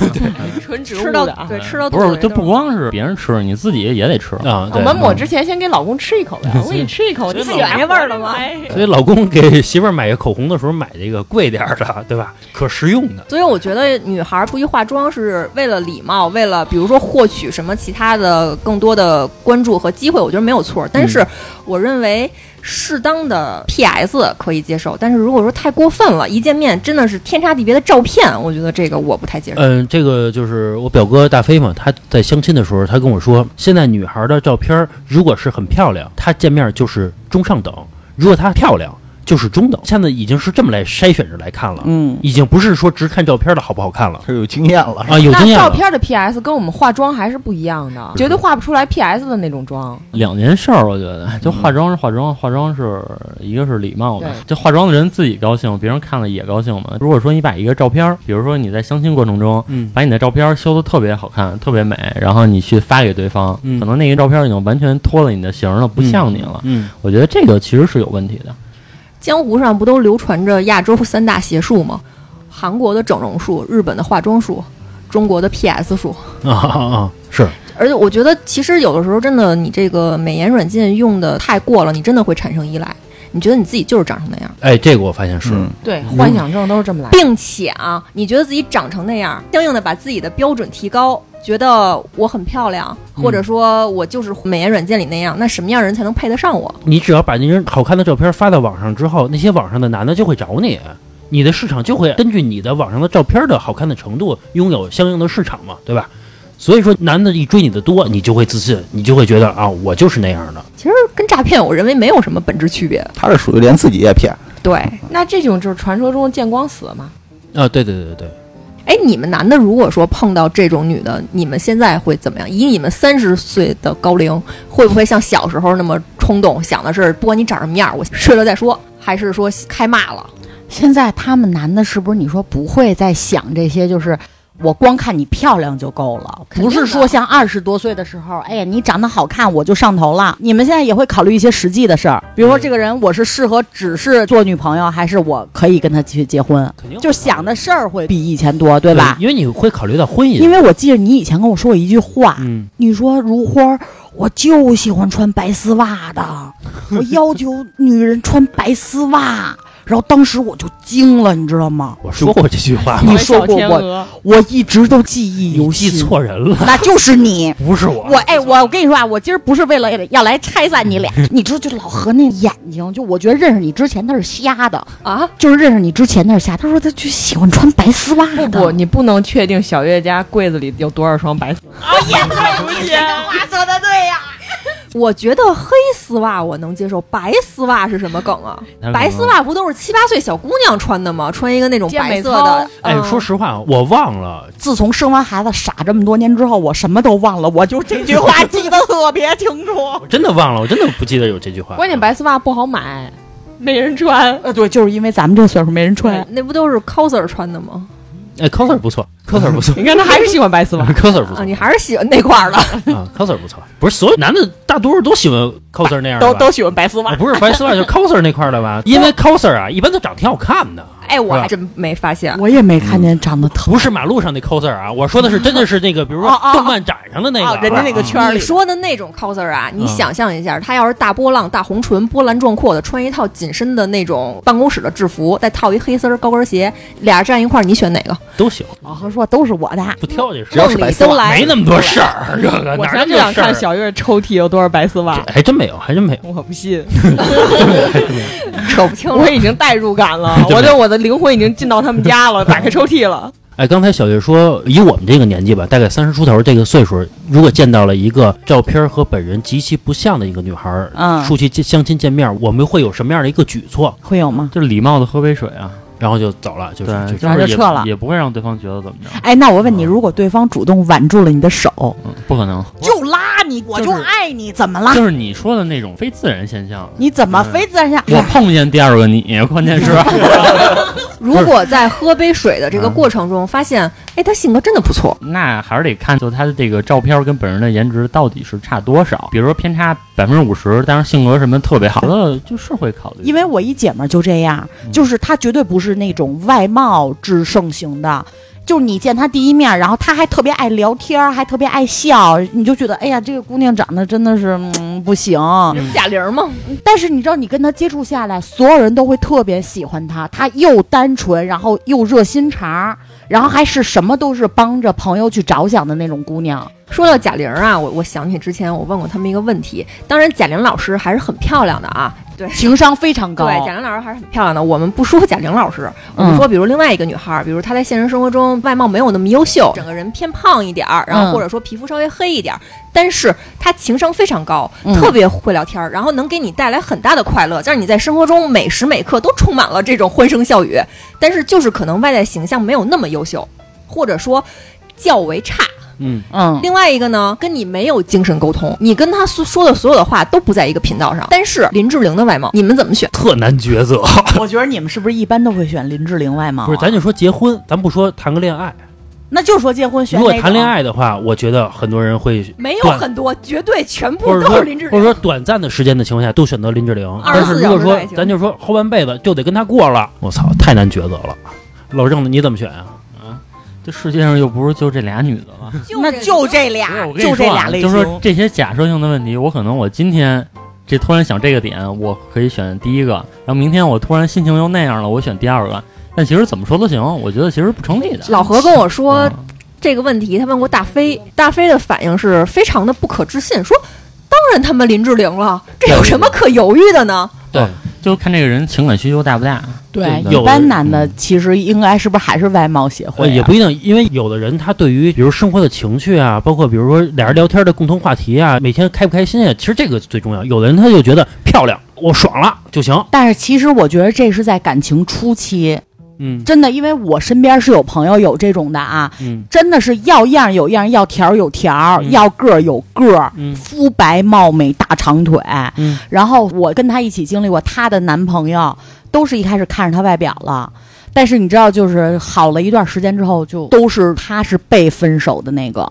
[SPEAKER 4] 纯植
[SPEAKER 1] 吃
[SPEAKER 4] 物
[SPEAKER 1] 到
[SPEAKER 4] 的啊。
[SPEAKER 1] 对吃到
[SPEAKER 2] 不
[SPEAKER 1] 肚
[SPEAKER 2] 是，
[SPEAKER 1] 子
[SPEAKER 2] 就
[SPEAKER 1] 里
[SPEAKER 2] 不
[SPEAKER 1] 头
[SPEAKER 2] 光是别人吃，你自己也得吃。
[SPEAKER 5] 啊，
[SPEAKER 4] 我
[SPEAKER 5] 对。
[SPEAKER 4] 们抹之前先给老公吃一口呗，我给你吃一口，
[SPEAKER 5] 所以
[SPEAKER 4] 你
[SPEAKER 5] 老公
[SPEAKER 1] 这味儿了吗
[SPEAKER 4] 哎
[SPEAKER 5] 所以老公给媳妇儿买口红的时候，买这个贵点儿的，对吧？可实用的。
[SPEAKER 1] 所以我觉得女孩出去化妆是为了礼貌，为了比如说获取什么其他的更多的关注和机会，我觉得没有错。但是我认为适当的 PS 可以接受，但是如果说太过分了，一见面真的是天差地别的照片，我觉得这个我不太接受。
[SPEAKER 5] 嗯，这个就是我表哥大飞嘛，他在相亲的时候，他跟我说，现在女孩的照片儿如果是很漂亮，她见面就是中上等；如果她漂亮，就是中等。现在已经是这么来筛选着来看了，
[SPEAKER 3] 嗯，
[SPEAKER 5] 已经不是说只看照片的好不好看了
[SPEAKER 6] 他有经验了。
[SPEAKER 5] 啊，有经
[SPEAKER 4] 那
[SPEAKER 5] 验
[SPEAKER 4] 照
[SPEAKER 5] 了。
[SPEAKER 4] 片的 PS 跟我们化妆还是不一样的，绝对画不出来 PS 的那种妆。
[SPEAKER 2] 两件事儿，我觉
[SPEAKER 5] 嗯
[SPEAKER 2] 得就化妆是化妆，化妆是一个是礼貌嘛
[SPEAKER 4] 对，
[SPEAKER 2] 就化妆的人自己高兴，别人看了也高兴嘛。如果说你把一个照片儿，比如说你在相亲过程中，
[SPEAKER 5] 嗯
[SPEAKER 2] 把你的照片儿修的特别好看、特别美，然后你去发给对方，
[SPEAKER 5] 嗯
[SPEAKER 2] 可能那个照片儿已经完全脱了你的形儿了，不像你了。
[SPEAKER 5] 嗯，
[SPEAKER 2] 我觉得这个其实是有问题的。
[SPEAKER 1] 江湖上不都流传着亚洲三大邪术吗？韩国的整容术，日本的化妆术，中国的 PS 术。
[SPEAKER 5] 啊啊啊，是
[SPEAKER 1] 而且我觉得，其实有的时候真的，你这个美颜软件用的太过了，你真的会产生依赖。你觉得你自己就是长成那样，
[SPEAKER 5] 哎，这个我发现是，
[SPEAKER 6] 嗯
[SPEAKER 4] 对，幻想症都是这么来的。
[SPEAKER 1] 并且啊，你觉得自己长成那样，相应的把自己的标准提高，觉得我很漂亮，或者说我就是美颜软件里那样，那什么样人才能配得上我？
[SPEAKER 5] 你只要把那张好看的照片发到网上之后，那些网上的男的就会找你，你的市场就会根据你的网上的照片的好看的程度，拥有相应的市场嘛，对吧？所以说，男的一追你的多，你就会自信，你就会觉得啊，我就是那样的。
[SPEAKER 1] 其实跟诈骗，我认为没有什么本质区别。
[SPEAKER 6] 他这属于连自己也骗，
[SPEAKER 1] 对，
[SPEAKER 4] 那这种就是传说中见光死嘛？
[SPEAKER 5] 啊，对对对对对，
[SPEAKER 1] 哎，你们男的如果说碰到这种女的，你们现在会怎么样？以你们三十岁的高龄，会不会像小时候那么冲动，想的是不管你长什么样，我睡了再说，还是说开骂了？
[SPEAKER 3] 现在他们男的是不是你说不会再想这些？就是我光看你漂亮就够了，
[SPEAKER 1] 肯定
[SPEAKER 3] 不
[SPEAKER 1] 的
[SPEAKER 3] 是说像二十多岁的时候，哎呀你长得好看我就上头了。你们现在也会考虑一些实际的事儿，比如说这个人我是适合只是做女朋友，还是我可以跟他去结婚？
[SPEAKER 5] 肯定
[SPEAKER 3] 就想的事儿会比以前多，对吧？
[SPEAKER 5] 因为你会考虑到婚姻，
[SPEAKER 3] 因为我记得你以前跟我说过一句话，
[SPEAKER 5] 嗯，
[SPEAKER 3] 你说如花儿，我就喜欢穿白丝袜的，我要求女人穿白丝袜。然后当时我就惊了，你知道吗？
[SPEAKER 5] 我说过这句话吗？
[SPEAKER 3] 你说过
[SPEAKER 4] 小天
[SPEAKER 3] 我，
[SPEAKER 4] 鹅
[SPEAKER 3] 我一直都记忆
[SPEAKER 5] 你
[SPEAKER 3] 犹
[SPEAKER 5] 记
[SPEAKER 3] 新，，
[SPEAKER 5] 错人了，
[SPEAKER 3] 那就是你。
[SPEAKER 5] 不是我
[SPEAKER 3] 我哎，我我跟你说啊，我今儿不是为了要来拆散你俩，你知道，就老何那眼睛，就我觉得认识你之前他是瞎的，
[SPEAKER 1] 啊，
[SPEAKER 3] 就是认识你之前他是瞎。他说他就喜欢穿白丝袜
[SPEAKER 4] 不
[SPEAKER 3] 的，
[SPEAKER 4] 不，你不能确定小月家柜子里有多少双白丝。
[SPEAKER 3] 哎话说的对呀、
[SPEAKER 1] 我觉得黑丝袜我能接受，白丝袜是什么梗啊
[SPEAKER 2] 那是什么？
[SPEAKER 1] 白丝袜不都是七八岁小姑娘穿的吗？穿一个那种
[SPEAKER 4] 健
[SPEAKER 1] 白
[SPEAKER 4] 美
[SPEAKER 1] 色
[SPEAKER 4] 操
[SPEAKER 1] 的，
[SPEAKER 5] 哎，
[SPEAKER 1] 嗯
[SPEAKER 5] 说实话，我忘了，
[SPEAKER 3] 自从生完孩子傻这么多年之后，我什么都忘了，我就这句话 记得特别清楚。
[SPEAKER 5] 我真的忘了，我真的不记得有这句话。
[SPEAKER 4] 关键白丝袜不好买，没人穿。
[SPEAKER 3] 呃，对，就是因为咱们这个岁数没人穿。
[SPEAKER 1] 那不都是 coser 穿的吗？
[SPEAKER 5] 哎，coser 不错，coser 不错
[SPEAKER 4] 你看他还是喜欢白 丝袜。
[SPEAKER 5] ，coser 不
[SPEAKER 1] 啊，
[SPEAKER 5] 错
[SPEAKER 1] 你还是喜欢那块 儿的。
[SPEAKER 5] 啊，coser 不错，不是所有男的大多数都喜欢 coser 那样的
[SPEAKER 3] 都
[SPEAKER 5] 吧
[SPEAKER 3] 都喜欢白丝袜
[SPEAKER 5] 啊，不是白丝袜，就是 coser 那块儿的 吧？因为 coser 啊，一般都长挺好看的，
[SPEAKER 1] 哎，我
[SPEAKER 5] 是吧
[SPEAKER 1] 还真没发现。
[SPEAKER 3] 我也没看见长得特
[SPEAKER 5] 不是马路上那 coser 啊。我说的是真的是那个，比如说
[SPEAKER 3] 哦哦哦
[SPEAKER 5] 动漫展上的那
[SPEAKER 3] 啊
[SPEAKER 5] 个，
[SPEAKER 3] 人家那个圈
[SPEAKER 1] 你
[SPEAKER 3] 儿里，
[SPEAKER 1] 说的那种 coser 啊，你
[SPEAKER 5] 嗯
[SPEAKER 1] 想象一下，他要是大波浪、大红唇、波澜壮阔的，穿一套紧身的那种办公室的制服，再套一黑丝儿高跟鞋，俩人站一块儿，你选哪 个？
[SPEAKER 5] 都行，
[SPEAKER 3] 老何说都是我的，
[SPEAKER 5] 不挑这事
[SPEAKER 6] 只
[SPEAKER 5] 儿
[SPEAKER 6] 要，
[SPEAKER 1] 梦
[SPEAKER 6] 是白
[SPEAKER 1] 里
[SPEAKER 6] 丝袜
[SPEAKER 1] 都 来，
[SPEAKER 5] 没那么多事
[SPEAKER 3] 哎
[SPEAKER 5] 儿，这个
[SPEAKER 4] 我
[SPEAKER 5] 哪
[SPEAKER 4] 才
[SPEAKER 5] 儿
[SPEAKER 4] 不
[SPEAKER 5] 那么
[SPEAKER 4] 想
[SPEAKER 5] 多事
[SPEAKER 4] 看
[SPEAKER 5] 儿？
[SPEAKER 4] 小月抽屉有多少白丝袜。
[SPEAKER 5] 还真没有，还真没有。，
[SPEAKER 4] 我不信，
[SPEAKER 1] 扯不 清了
[SPEAKER 4] 我。已经代入感了
[SPEAKER 5] 对
[SPEAKER 4] 我对我的灵魂已经进到他们家了，打开抽屉了。
[SPEAKER 5] 哎，刚才小月说，以我们这个年纪吧，大概三十出头这个岁数，如果见到了一个照片和本人极其不像的一个女孩儿，
[SPEAKER 3] 嗯
[SPEAKER 5] 出去见相亲见面，我们会有什么样的一个举措？
[SPEAKER 3] 会有吗？
[SPEAKER 2] 就礼貌的喝杯水啊，
[SPEAKER 5] 然后就走了，就是
[SPEAKER 2] 对，
[SPEAKER 5] 就是
[SPEAKER 3] 那
[SPEAKER 2] 是
[SPEAKER 3] 就
[SPEAKER 2] 也
[SPEAKER 3] 撤了
[SPEAKER 2] 也不会让对方觉得怎么 着，
[SPEAKER 3] 哎，那我问你，
[SPEAKER 5] 嗯
[SPEAKER 3] 如果对方主动挽住了你的手，
[SPEAKER 2] 嗯，不可能，
[SPEAKER 3] 就拉你，我
[SPEAKER 2] 就是
[SPEAKER 3] 爱你，怎么
[SPEAKER 5] 啊
[SPEAKER 3] 啦？
[SPEAKER 2] 就是你说的那种非自然现 象。
[SPEAKER 3] 你怎么
[SPEAKER 2] 嗯
[SPEAKER 3] 非自然下？
[SPEAKER 2] 我碰见第二个你，关键 是
[SPEAKER 1] 如果在喝杯水的这个过程中发现，哎，他性格真的不错，
[SPEAKER 2] 那还是得看，就他的这个照片跟本人的颜值到底是差多少。比如说偏差百分之五十，但是性格什么特别好，觉得就是会考虑。
[SPEAKER 3] 因为我一姐们儿就这样，
[SPEAKER 2] 嗯
[SPEAKER 3] 就是她绝对不是那种外貌至盛型的。就是你见她第一面，然后她还特别爱聊天儿，还特别爱笑，你就觉得哎呀，这个姑娘长得真的是、嗯、不行。
[SPEAKER 1] 贾玲嘛，
[SPEAKER 3] 但是你知道，你跟她接触下来，所有人都会特别喜欢她。她又单纯，然后又热心肠儿，然后还是什么都是帮着朋友去着想的那种姑娘。
[SPEAKER 1] 说到贾玲啊，我我想起之前我问过他们一个问题，当然贾玲老师还是很漂亮的啊，对
[SPEAKER 3] 情商非常高。
[SPEAKER 1] 对，贾玲老师还是很漂亮的。我们不说贾玲老师，我
[SPEAKER 3] 哦嗯
[SPEAKER 1] 们说比如另外一个女孩儿，比如她在现实生活中外貌没有那么优秀，整个人偏胖一点儿，然
[SPEAKER 3] 嗯
[SPEAKER 1] 后或者说皮肤稍微黑一点儿，但是她情商非常高，
[SPEAKER 3] 嗯
[SPEAKER 1] 特别会聊天儿，然后能给你带来很大的快乐。但是你在生活中每时每刻都充满了这种欢声笑语，但是就是可能外在形象没有那么优秀，或者说较为差。
[SPEAKER 5] 嗯，
[SPEAKER 3] 嗯，
[SPEAKER 1] 另外一个呢，跟你没有精神沟通，你跟他所说的所有的话都不在一个频道上。但是林志玲的外貌，你们怎么选？
[SPEAKER 5] 特难抉 择。
[SPEAKER 3] 我觉得你们是不是一般都会选林志玲外貌啊、
[SPEAKER 5] 不是，咱就说结婚，咱不说谈个恋爱。
[SPEAKER 3] 那就说结婚选
[SPEAKER 5] 如果
[SPEAKER 3] 哪
[SPEAKER 5] 谈
[SPEAKER 3] 种
[SPEAKER 5] 恋爱的话，我觉得很多人会，
[SPEAKER 1] 没有
[SPEAKER 5] 对
[SPEAKER 1] 很多，绝对全部
[SPEAKER 5] 或者
[SPEAKER 1] 都
[SPEAKER 5] 说
[SPEAKER 1] 是林志
[SPEAKER 5] 或者
[SPEAKER 1] 玲。
[SPEAKER 5] 说短暂的时间的情况下都选择林志玲。但是
[SPEAKER 1] 24小时
[SPEAKER 5] 如果
[SPEAKER 1] 的
[SPEAKER 5] 说
[SPEAKER 1] 爱情
[SPEAKER 5] 咱就说后半辈子就得跟他过了，我操，太难抉择了。老郑，你怎么选啊？
[SPEAKER 2] 这世界上又不是就这俩女的了。
[SPEAKER 3] 那就这俩
[SPEAKER 2] 不是我，跟你
[SPEAKER 3] 就这
[SPEAKER 2] 说
[SPEAKER 3] 俩
[SPEAKER 2] 啊，
[SPEAKER 3] 类
[SPEAKER 2] 就
[SPEAKER 3] 型。
[SPEAKER 2] 是说这些假设性的问题，我可能我今天这突然想这个点，我可以选第一个，然后明天我突然心情又那样了，我选第二个。但其实怎么说都行，我觉得其实不成立的。
[SPEAKER 1] 老何跟我说
[SPEAKER 2] 嗯
[SPEAKER 1] 这个问题，他问过大飞，大飞的反应是非常的不可置信，说当然他们林志玲了，这有什么可犹豫的呢？
[SPEAKER 2] 就看这个人情感需求大不大。
[SPEAKER 3] 对，
[SPEAKER 5] 有
[SPEAKER 3] 一般
[SPEAKER 5] 的嗯
[SPEAKER 3] 男的其实应该是不是还是外貌协
[SPEAKER 5] 呃，
[SPEAKER 3] 会啊、
[SPEAKER 5] 也不一定，因为有的人他对于比如生活的情趣啊，包括比如说俩人聊天的共同话题啊，每天开不开心啊，其实这个最重要。有的人他就觉得漂亮，我爽了就行。
[SPEAKER 3] 但是其实我觉得这是在感情初期，
[SPEAKER 5] 嗯
[SPEAKER 3] 真的，因为我身边是有朋友有这种的啊，
[SPEAKER 5] 嗯
[SPEAKER 3] 真的是要样有样，要条有条，
[SPEAKER 5] 嗯
[SPEAKER 3] 要个有个，
[SPEAKER 5] 嗯
[SPEAKER 3] 肤白貌美大长腿。
[SPEAKER 5] 嗯
[SPEAKER 3] 然后我跟她一起经历过，她的男朋友都是一开始看着她外表了。但是你知道，就是好了一段时间之后，就都是她是被分手的那个，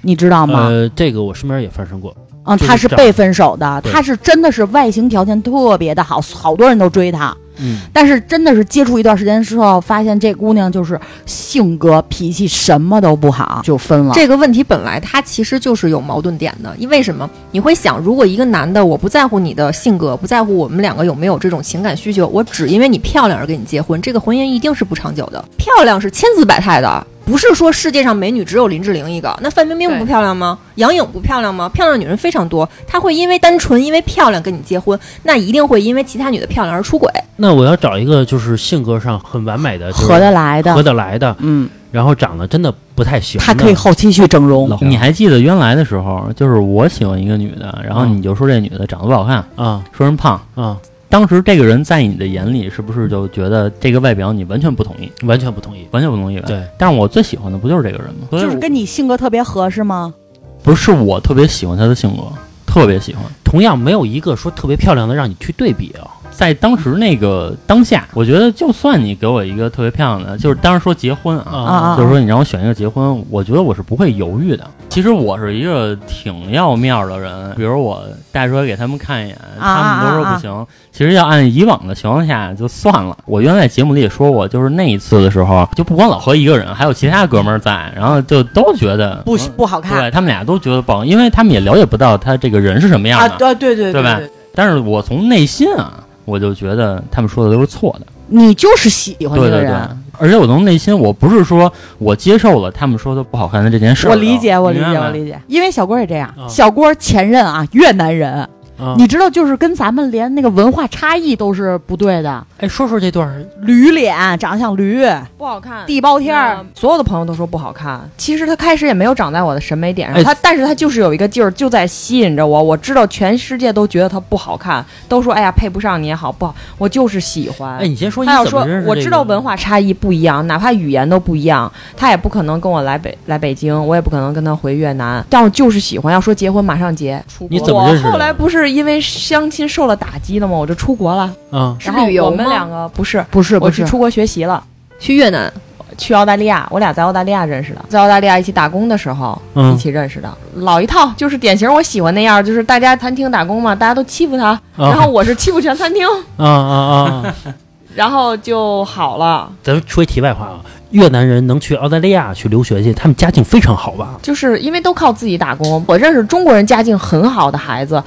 [SPEAKER 3] 你知道吗？
[SPEAKER 5] 呃，这个我身边也发生过。
[SPEAKER 3] 嗯，
[SPEAKER 5] 就是
[SPEAKER 3] 他是
[SPEAKER 5] 这样
[SPEAKER 3] 被分手的，
[SPEAKER 5] 对
[SPEAKER 3] 他是真的是外形条件特别的好，好多人都追他，
[SPEAKER 5] 嗯，
[SPEAKER 3] 但是真的是接触一段时间之后，发现这姑娘就是性格、脾气什么都不好，就分了。
[SPEAKER 1] 这个问题本来它其实就是有矛盾点的，因为什么？你会想，如果一个男的我不在乎你的性格，不在乎我们两个有没有这种情感需求，我只因为你漂亮而跟你结婚，这个婚姻一定是不长久的。漂亮是千姿百态的，不是说世界上美女只有林志玲一个。那范冰冰
[SPEAKER 4] 对
[SPEAKER 1] 不漂亮吗？杨颖不漂亮吗？漂亮女人非常多，她会因为单纯因为漂亮跟你结婚，那一定会因为其他女的漂亮而出轨。
[SPEAKER 5] 那我要找一个就是性格上很完美的，就是
[SPEAKER 3] 合得来
[SPEAKER 5] 合
[SPEAKER 3] 的，
[SPEAKER 5] 得来的，
[SPEAKER 3] 嗯，
[SPEAKER 5] 然后长得真的不太行的，
[SPEAKER 3] 他可以后期去整容
[SPEAKER 5] 老。
[SPEAKER 2] 你还记得原来的时候，就是我喜欢一个女的，然后
[SPEAKER 5] 嗯
[SPEAKER 2] 你就说这女的长得不好看，
[SPEAKER 5] 啊
[SPEAKER 2] 说人胖。
[SPEAKER 5] 啊，
[SPEAKER 2] 当时这个人在你的眼里，是不是就觉得这个外表你完全不同意，
[SPEAKER 5] 完全不同意。
[SPEAKER 2] 完全不同意吧？。
[SPEAKER 5] 对，
[SPEAKER 2] 但是我最喜欢的不就是这个人吗？
[SPEAKER 3] 就是跟你性格特别合是吗？
[SPEAKER 2] 不是我特别喜欢他的性格，特别喜欢。
[SPEAKER 5] 同样没有一个说特别漂亮的让你去对比啊。
[SPEAKER 2] 在当时那个当下，我觉得就算你给我一个特别漂亮的，就是当时说结婚啊，
[SPEAKER 3] 啊啊，
[SPEAKER 2] 就是说你让我选一个结婚，我觉得我是不会犹豫的。其实我是一个挺要面儿的人，比如我带出来给他们看一眼，他们都说
[SPEAKER 3] 啊
[SPEAKER 2] 不行。其实要按以往的情况下就算了。我原来节目里也说过，就是那一次的时候，啊就不光老何一个人，还有其他哥们儿在，然后就都觉得
[SPEAKER 3] 不
[SPEAKER 2] 嗯
[SPEAKER 3] 不好看
[SPEAKER 2] 对他们俩都觉得不好，因为他们也了解不到他这个人是什么样
[SPEAKER 3] 啊！
[SPEAKER 2] 的。
[SPEAKER 3] 对对对
[SPEAKER 2] 对吧？但是我从内心啊，我就觉得他们说的都是错的。
[SPEAKER 3] 你就是喜欢这
[SPEAKER 2] 对
[SPEAKER 3] 哦个
[SPEAKER 2] 对对
[SPEAKER 3] 人，，啊
[SPEAKER 2] 而且我从内心，我不是说我接受了他们说的不好看的这件事儿
[SPEAKER 3] 我
[SPEAKER 2] 的。
[SPEAKER 3] 理解，我理
[SPEAKER 2] 你明
[SPEAKER 3] 解，
[SPEAKER 2] 白吗
[SPEAKER 3] 我理解。因为小郭也这样
[SPEAKER 5] 啊，
[SPEAKER 3] 小郭前任啊，越南人，
[SPEAKER 5] 啊
[SPEAKER 3] 你知道，就是跟咱们连那个文化差异都是不对的。
[SPEAKER 5] 哎，说说这段儿
[SPEAKER 3] 驴脸，长得像驴，
[SPEAKER 4] 不好看
[SPEAKER 3] 地包天儿。
[SPEAKER 1] 嗯
[SPEAKER 4] 所有的朋友都说不好看。其实他开始也没有长在我的审美点
[SPEAKER 5] 哎
[SPEAKER 4] 上，他但是他就是有一个劲儿，就在吸引着我。我知道全世界都觉得他不好看，都说哎呀配不上你也好，不好，我就是喜欢。
[SPEAKER 5] 哎，你先说你
[SPEAKER 4] 他要
[SPEAKER 5] 怎
[SPEAKER 4] 说
[SPEAKER 5] 么认识、这个？
[SPEAKER 4] 我知道文化差异不一样，哪怕语言都不一样，他也不可能跟我来北来北京，我也不可能跟他回越南，但我就是喜欢。要说结婚，马上结。出国
[SPEAKER 5] 你怎么认识的
[SPEAKER 4] 我后来不是因为相亲受了打击的吗？我就出国了。
[SPEAKER 5] 啊，
[SPEAKER 1] 是
[SPEAKER 4] 然后
[SPEAKER 1] 旅游
[SPEAKER 4] 我们
[SPEAKER 1] 吗
[SPEAKER 4] 两个不是，
[SPEAKER 3] 不是
[SPEAKER 4] 我
[SPEAKER 3] 不
[SPEAKER 4] 去
[SPEAKER 3] 是，
[SPEAKER 4] 出国学习了。
[SPEAKER 1] 去越南，
[SPEAKER 4] 去澳大利亚，我俩在澳大利亚认识的，在澳大利亚一起打工的时候、
[SPEAKER 5] 嗯
[SPEAKER 4] 一起认识的，老一套，就是典型我喜欢那样，就是大家餐厅打工嘛，大家都欺负他，
[SPEAKER 5] 啊
[SPEAKER 4] 然后我是欺负全餐厅，
[SPEAKER 5] 啊啊啊！
[SPEAKER 4] 然后就好了，
[SPEAKER 5] 咱们说一题外话啊，越南人能去澳大利亚去留学去，他们家境非常好吧？
[SPEAKER 4] 就是因为都靠自己打工。我认识中国人家境很好的孩子，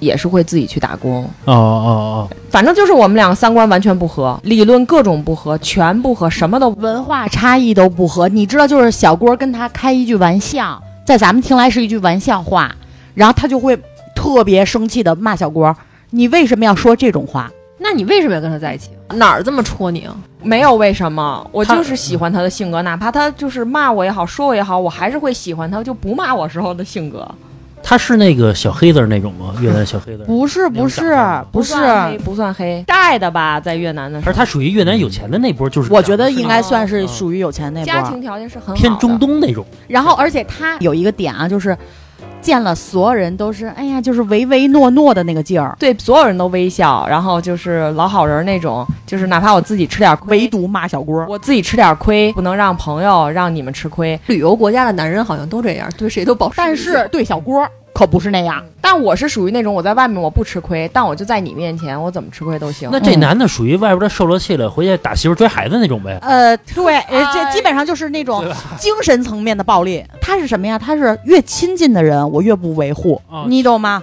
[SPEAKER 4] 也是会自己去打工。
[SPEAKER 5] 哦哦哦，
[SPEAKER 4] 反正就是我们两个三观完全不合，理论各种不合，全不合，什么都不
[SPEAKER 3] 文化差异都不合。你知道，就是小郭跟他开一句玩笑，在咱们听来是一句玩笑话，然后他就会特别生气的骂小郭：“你为什么要说这种话？
[SPEAKER 1] 那你为什么要跟他在一起？哪儿这么戳你啊？
[SPEAKER 4] 没有为什么，我
[SPEAKER 1] 他
[SPEAKER 4] 就是喜欢他的性格，哪怕他就是骂我也好，说我也好，我还是会喜欢他就不骂我时候的性格。
[SPEAKER 5] 他是那个小黑子儿那种吗？越南小黑子儿？
[SPEAKER 3] 不是，不
[SPEAKER 5] 没有
[SPEAKER 3] 是
[SPEAKER 5] 长相，
[SPEAKER 3] 不是，
[SPEAKER 4] 算黑，不算黑，带的吧，在越南的时
[SPEAKER 5] 而
[SPEAKER 4] 候，
[SPEAKER 5] 他属于越南有钱的那波，就是
[SPEAKER 3] 我觉得
[SPEAKER 5] 长
[SPEAKER 3] 应
[SPEAKER 5] 是
[SPEAKER 3] 该
[SPEAKER 4] 吗
[SPEAKER 3] 算是
[SPEAKER 5] 嗯
[SPEAKER 3] 属于有钱那波
[SPEAKER 4] 家
[SPEAKER 3] 儿。
[SPEAKER 4] 庭条件是很好的
[SPEAKER 5] 偏中。东那种。
[SPEAKER 3] 然后，而且他有一个点啊，就是见了所有人都是，哎呀，就是唯唯诺诺的那个劲儿，
[SPEAKER 4] 对所有人都微笑，然后就是老好人那种，就是哪怕我自己吃点亏，
[SPEAKER 3] 唯独骂小郭。
[SPEAKER 4] 我自己吃点亏，不能让朋友让你们吃亏。
[SPEAKER 1] 旅游国家的男人好像都这样，对谁都保持
[SPEAKER 3] 但
[SPEAKER 1] 理性。
[SPEAKER 3] 是对小郭可不是那样，
[SPEAKER 4] 但我是属于那种我在外面我不吃亏，但我就在你面前我怎么吃亏都行。
[SPEAKER 5] 那这男的属于外边受了气了，回去打媳妇儿追孩子那种呗。
[SPEAKER 3] 呃，对，呃，
[SPEAKER 4] 哎
[SPEAKER 3] 这基本上就是那种
[SPEAKER 5] 对
[SPEAKER 3] 精神层面的暴力。他是什么呀？他是越亲近的人，我越不维护，
[SPEAKER 5] 哦
[SPEAKER 3] 你懂吗？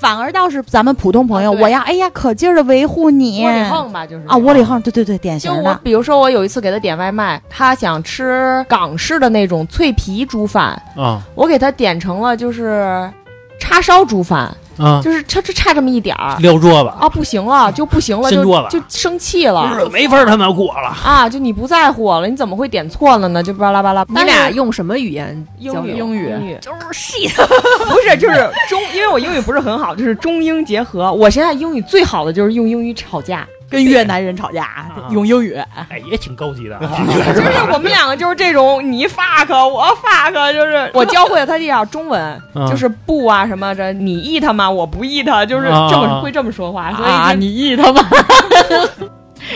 [SPEAKER 3] 反而倒是咱们普通朋友，
[SPEAKER 4] 啊对
[SPEAKER 3] 我要哎呀可劲儿的维护你
[SPEAKER 4] 窝里横吧，就是
[SPEAKER 3] 啊，窝里。横，对对对，典型
[SPEAKER 4] 就我
[SPEAKER 3] 的，
[SPEAKER 4] 比如说，我有一次给他点外卖，他想吃港式的那种脆皮猪饭，
[SPEAKER 5] 啊
[SPEAKER 4] 我给他点成了就是叉烧猪饭，
[SPEAKER 5] 啊，
[SPEAKER 4] 就是差这差这么一点儿
[SPEAKER 5] 撩桌子，
[SPEAKER 4] 啊，不行了就不行了，嗯
[SPEAKER 5] 伸桌
[SPEAKER 4] 就
[SPEAKER 5] 子
[SPEAKER 4] 就生气了
[SPEAKER 5] 日子没法他妈过了。
[SPEAKER 4] 啊！就你不在乎我了，你怎么会点错了呢？就巴拉巴拉。
[SPEAKER 1] 你俩用什么语言交流？嗯
[SPEAKER 4] 英语英语
[SPEAKER 1] 就是 shit，
[SPEAKER 4] 不是就是中，因为我英语不是很好，就是中英结合。我现在英语最好的就是用英语吵架，
[SPEAKER 3] 跟越南人吵架用英语，
[SPEAKER 5] 哎，也挺高级的。啊
[SPEAKER 4] 就是我们两个就是这种你 fuck 我 fuck，就是 我教会了他这样中文，
[SPEAKER 5] 嗯
[SPEAKER 4] 就是不啊什么这你 eat 吗？我不 eat，就是
[SPEAKER 5] 啊
[SPEAKER 4] 这么、
[SPEAKER 5] 啊
[SPEAKER 4] 会这么说话，所以
[SPEAKER 3] 啊，
[SPEAKER 4] 就
[SPEAKER 3] 你 eat 吗？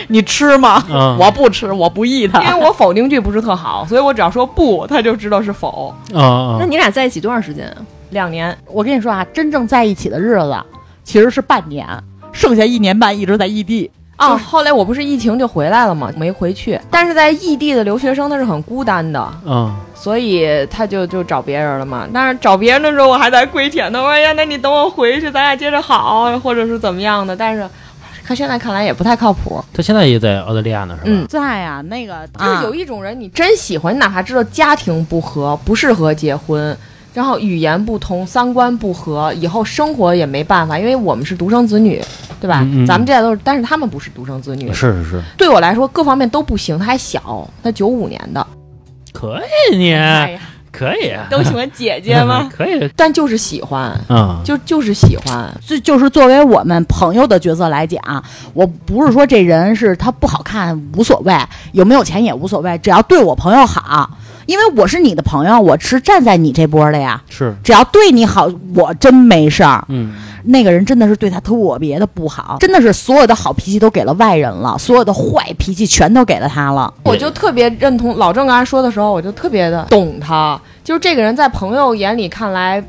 [SPEAKER 3] 你吃吗？
[SPEAKER 5] 啊，
[SPEAKER 3] 我不吃，我不 eat。
[SPEAKER 4] 因为我否定句不是特好，所以我只要说不，他就知道是否。
[SPEAKER 5] 啊啊
[SPEAKER 1] 那，你俩在一起多长时间啊？
[SPEAKER 4] 两年，
[SPEAKER 3] 我跟你说啊，真正在一起的日子其实是半年，剩下一年半一直在异地。
[SPEAKER 4] 啊，后来我不是疫情就回来了嘛，没回去。但是在异地的留学生他是很孤单的，
[SPEAKER 5] 啊
[SPEAKER 4] 所以他就就找别人了嘛。但是找别人的时候，我还在跪舔他，我说哎呀，那你等我回去，咱俩接着好，或者是怎么样的。但是，看现在看来也不太靠谱。
[SPEAKER 5] 他现在也在澳大利亚呢，是吧？
[SPEAKER 4] 嗯
[SPEAKER 3] 在啊，那个
[SPEAKER 4] 就是有一种人，你真喜欢，你哪怕知道家庭不和，不适合结婚。然后语言不通，三观不合，以后生活也没办法，因为我们是独生子女，对吧？
[SPEAKER 5] 嗯嗯嗯
[SPEAKER 4] 咱们这代都是，但是他们不是独生子女，
[SPEAKER 5] 是是是，
[SPEAKER 4] 对我来说各方面都不行。他还小，他九五年的，
[SPEAKER 5] 可以你，
[SPEAKER 4] 哎 呀，
[SPEAKER 5] 可以，啊
[SPEAKER 4] 都喜欢姐姐吗？
[SPEAKER 5] 可以
[SPEAKER 4] 但就是喜欢，
[SPEAKER 5] 啊，
[SPEAKER 4] 就就是喜欢，
[SPEAKER 3] 就就是作为我们朋友的角色来讲，我不是说这人是他不好看无所谓，有没有钱也无所谓，只要对我朋友好，因为我是你的朋友，我是站在你这波的呀。
[SPEAKER 5] 是，
[SPEAKER 3] 只要对你好，我真没事儿。
[SPEAKER 5] 嗯，
[SPEAKER 3] 那个人真的是对他特别的不好，真的是所有的好脾气都给了外人了，所有的坏脾气全都给了他了。
[SPEAKER 4] 我就特别认同老郑刚才说的时候，我就特别的懂他，就是这个人在朋友眼里看来。嘖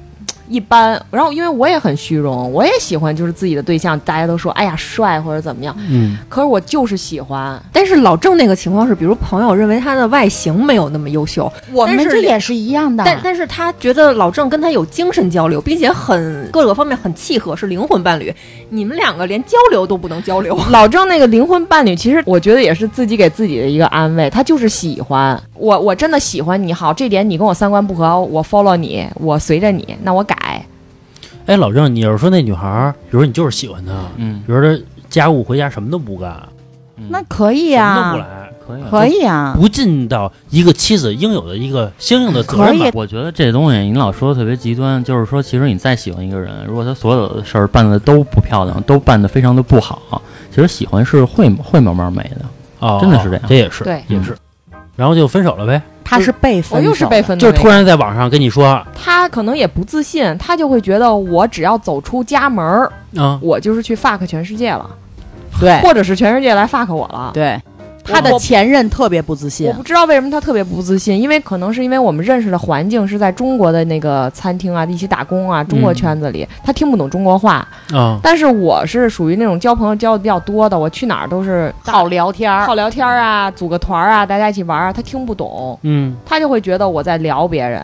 [SPEAKER 4] 一般，然后因为我也很虚荣，我也喜欢就是自己的对象，大家都说哎呀帅或者怎么样，
[SPEAKER 5] 嗯，
[SPEAKER 4] 可是我就是喜欢，
[SPEAKER 1] 但是老郑那个情况是，比如朋友认为他的外形没有那么优秀，
[SPEAKER 3] 我们
[SPEAKER 1] 但是
[SPEAKER 3] 这也是一样的，
[SPEAKER 1] 但但是他觉得老郑跟他有精神交流，并且很各个方面很契合，是灵魂伴侣。你们两个连交流都不能交流，
[SPEAKER 4] 老郑那个灵魂伴侣，其实我觉得也是自己给自己的一个安慰，他就是喜欢我，我真的喜欢你好，这点你跟我三观不合，我 follow 你，我随着你，那我改。
[SPEAKER 5] 哎，老郑，你要是说那女孩儿，比如你就是喜欢她，
[SPEAKER 2] 嗯，
[SPEAKER 5] 比如她家务回家什么都不干，
[SPEAKER 3] 那可以
[SPEAKER 5] 嗯什么都不
[SPEAKER 3] 啊，
[SPEAKER 5] 来，
[SPEAKER 2] 可以啊。
[SPEAKER 3] 可以啊，
[SPEAKER 4] 嗯
[SPEAKER 5] 不尽到一个妻子应有的一个相应的责任
[SPEAKER 3] 可以
[SPEAKER 5] 吧。
[SPEAKER 2] 我觉得这东西你老说的特别极端，就是说，其实你再喜欢一个人，如果他所有的事儿办的都不漂亮，都办的非常的不好，其实喜欢是会会慢慢没的。
[SPEAKER 5] 哦，
[SPEAKER 2] 真的是这样
[SPEAKER 5] 这也是，
[SPEAKER 3] 嗯
[SPEAKER 4] 对
[SPEAKER 5] 也是。然后就分手了呗，
[SPEAKER 3] 他是被分手
[SPEAKER 4] 我
[SPEAKER 3] 的，
[SPEAKER 4] 又是被分的
[SPEAKER 5] 就
[SPEAKER 4] 那
[SPEAKER 5] 是
[SPEAKER 4] 个，
[SPEAKER 5] 突然在网上跟你说啊
[SPEAKER 4] 他可能也不自信，他就会觉得我只要走出家门儿，
[SPEAKER 5] 啊
[SPEAKER 4] 我就是去 fuck 全世界了，
[SPEAKER 3] 对
[SPEAKER 4] 或者是全世界来 fuck 我了。
[SPEAKER 3] 对，他的
[SPEAKER 4] 我
[SPEAKER 3] 前任特别不自信
[SPEAKER 4] 我不，知道为什么他特别不自信，因为可能是因为我们认识的环境是在中国的那个餐厅啊，一起打工啊，中国圈子里，他听不懂中国话。
[SPEAKER 5] 啊
[SPEAKER 4] 但是我是属于那种交朋友交的比较多的，我去哪儿都是
[SPEAKER 3] 好聊天儿
[SPEAKER 4] 好，聊天啊，组个团儿啊，大家一起玩儿啊，他听不懂，
[SPEAKER 5] 嗯
[SPEAKER 4] 他就会觉得我在聊别人。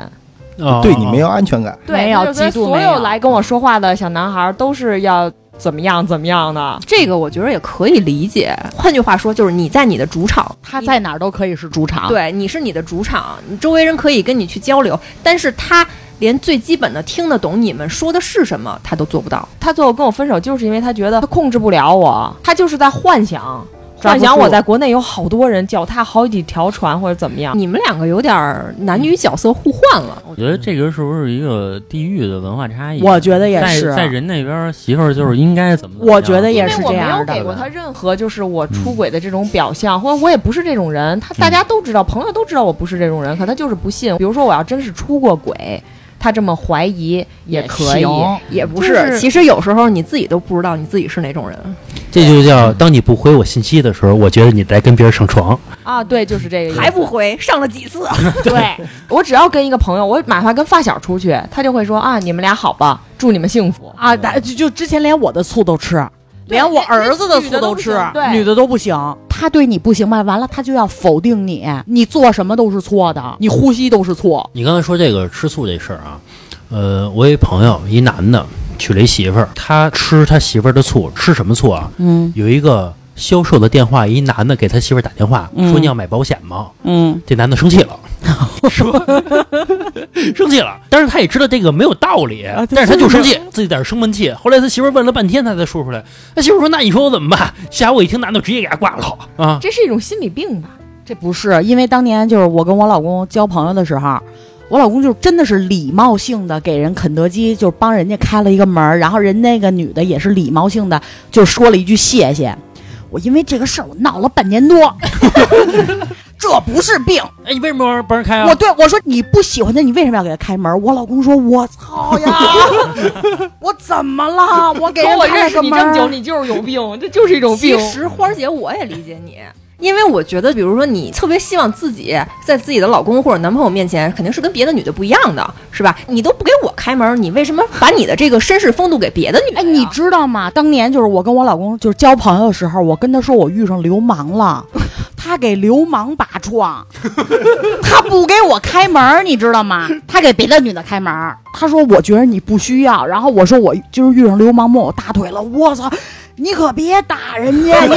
[SPEAKER 5] 啊，
[SPEAKER 6] 对你没
[SPEAKER 5] 有
[SPEAKER 6] 有安全感。
[SPEAKER 4] 对，
[SPEAKER 3] 没有
[SPEAKER 4] 就是跟
[SPEAKER 3] 极度
[SPEAKER 4] 所
[SPEAKER 3] 没有
[SPEAKER 4] 有来跟我说话的小男孩儿都是要怎么样怎么样的。
[SPEAKER 1] 这个我觉得也可以理解。换句话说，就是你在你的主场，
[SPEAKER 3] 他在
[SPEAKER 4] 啊
[SPEAKER 3] 哪儿都可以是主场，，
[SPEAKER 1] 对，你是你的主场，你周围人可以跟你去交流，但是他连最基本的听得懂你们说的是什么，他都做不到。
[SPEAKER 4] 他最后跟我分手，就是因为他觉得他控制不了我，他就是在幻想，
[SPEAKER 3] 抓
[SPEAKER 4] 幻
[SPEAKER 3] 不
[SPEAKER 4] 想
[SPEAKER 3] 住
[SPEAKER 4] 我在国内有好多人脚踏好几条船或者怎么样。
[SPEAKER 1] 你们两个有点儿男女角色互换了，
[SPEAKER 4] 嗯
[SPEAKER 2] 我觉得这个是不是一个地域的文化差异？
[SPEAKER 3] 我觉得也
[SPEAKER 2] 在
[SPEAKER 3] 是，啊
[SPEAKER 2] 在人那边，媳妇儿就是应该怎么怎么样？
[SPEAKER 3] 我觉得也
[SPEAKER 4] 因
[SPEAKER 3] 是
[SPEAKER 4] 为我
[SPEAKER 3] 这
[SPEAKER 4] 没有
[SPEAKER 3] 样的。
[SPEAKER 4] 给过他任何就是我出轨的这种表象，或者我也不是这种人，他大家都知道，朋友都知道我不是这种人，可他就是不信。比如说我要真是出过轨，他这么怀疑也可以，
[SPEAKER 3] 行
[SPEAKER 1] 也不。
[SPEAKER 4] 就是是
[SPEAKER 1] 其实有时候你自己都不知道你自己是哪种人。
[SPEAKER 5] 这就叫当你不回我信息的时候，我觉得你在跟别人上床。
[SPEAKER 4] 啊，对，就是这个意思。
[SPEAKER 1] 还不回，上了几次？
[SPEAKER 4] 对，我只要跟一个朋友，我哪怕跟发小出去，他就会说啊，你们俩好吧，祝你们幸福。
[SPEAKER 3] 啊，咱就就之前连我的醋都吃，
[SPEAKER 4] 对
[SPEAKER 3] 连我儿子
[SPEAKER 4] 那那女
[SPEAKER 3] 醋
[SPEAKER 4] 的都
[SPEAKER 3] 都
[SPEAKER 4] 不
[SPEAKER 3] 吃
[SPEAKER 4] 行，对
[SPEAKER 3] 女的都不行。他对你不行吧？完了，他就要否定你，你做什么都是错的，你呼吸都是错。
[SPEAKER 5] 你刚才说这个吃醋这事儿啊，呃，我有一朋友，一男的娶了一媳妇儿，他吃他媳妇儿的醋，吃什么醋啊？
[SPEAKER 3] 嗯
[SPEAKER 5] 有一个销售的电话，一男的给他媳妇儿打电话
[SPEAKER 3] 嗯
[SPEAKER 5] 说你要买保险吗？
[SPEAKER 3] 嗯，
[SPEAKER 5] 这男的生气 了，是吧？生气了，但是他也知道这个没有道理，但是他啊就生气，自己在这生闷气。后来他媳妇儿问了半天，他才说出来。他媳妇儿说：“那你说我怎么办？”吓我一听，男的直接给他挂了啊！
[SPEAKER 4] 这是一种心理病吧？
[SPEAKER 3] 这不是因为当年就是我跟我老公交朋友的时候。我老公就真的是礼貌性的给人肯德基，就帮人家开了一个门儿然后人那个女的也是礼貌性的就说了一句谢谢。我因为这个事儿我闹了半 年多，这不是病，
[SPEAKER 5] 哎，你为什么要帮人开啊？
[SPEAKER 3] 我对我说你不喜欢他，你为什么要给他开门？我老公说：“我 操呀，我怎么了？我给人
[SPEAKER 4] 我
[SPEAKER 3] 开
[SPEAKER 4] 认
[SPEAKER 3] 了
[SPEAKER 4] 识
[SPEAKER 3] 个
[SPEAKER 4] 你
[SPEAKER 3] 门
[SPEAKER 4] 这么久，你就
[SPEAKER 3] 儿。
[SPEAKER 4] 是 有病，这就是一种病
[SPEAKER 1] 其。实花儿姐，我也理解你。因为我觉得，比如说你特别希望自己在自己的老公或者男朋友面前，肯定是跟别的女的不一样的，是吧？你都不给我开门，你为什么把你的这个绅士风度给别的女的
[SPEAKER 3] 哎，
[SPEAKER 1] 呀？
[SPEAKER 3] 你知道吗？当年就是我跟我老公就是交朋友的时候，我跟他说我遇上流氓了， 他给流氓把 窗，他不给我开门儿，你知道吗？他给别的女的开门儿，他说我觉得你不需要，然后我说我就是遇上流氓摸我大腿了，我操！你可别打人家， 你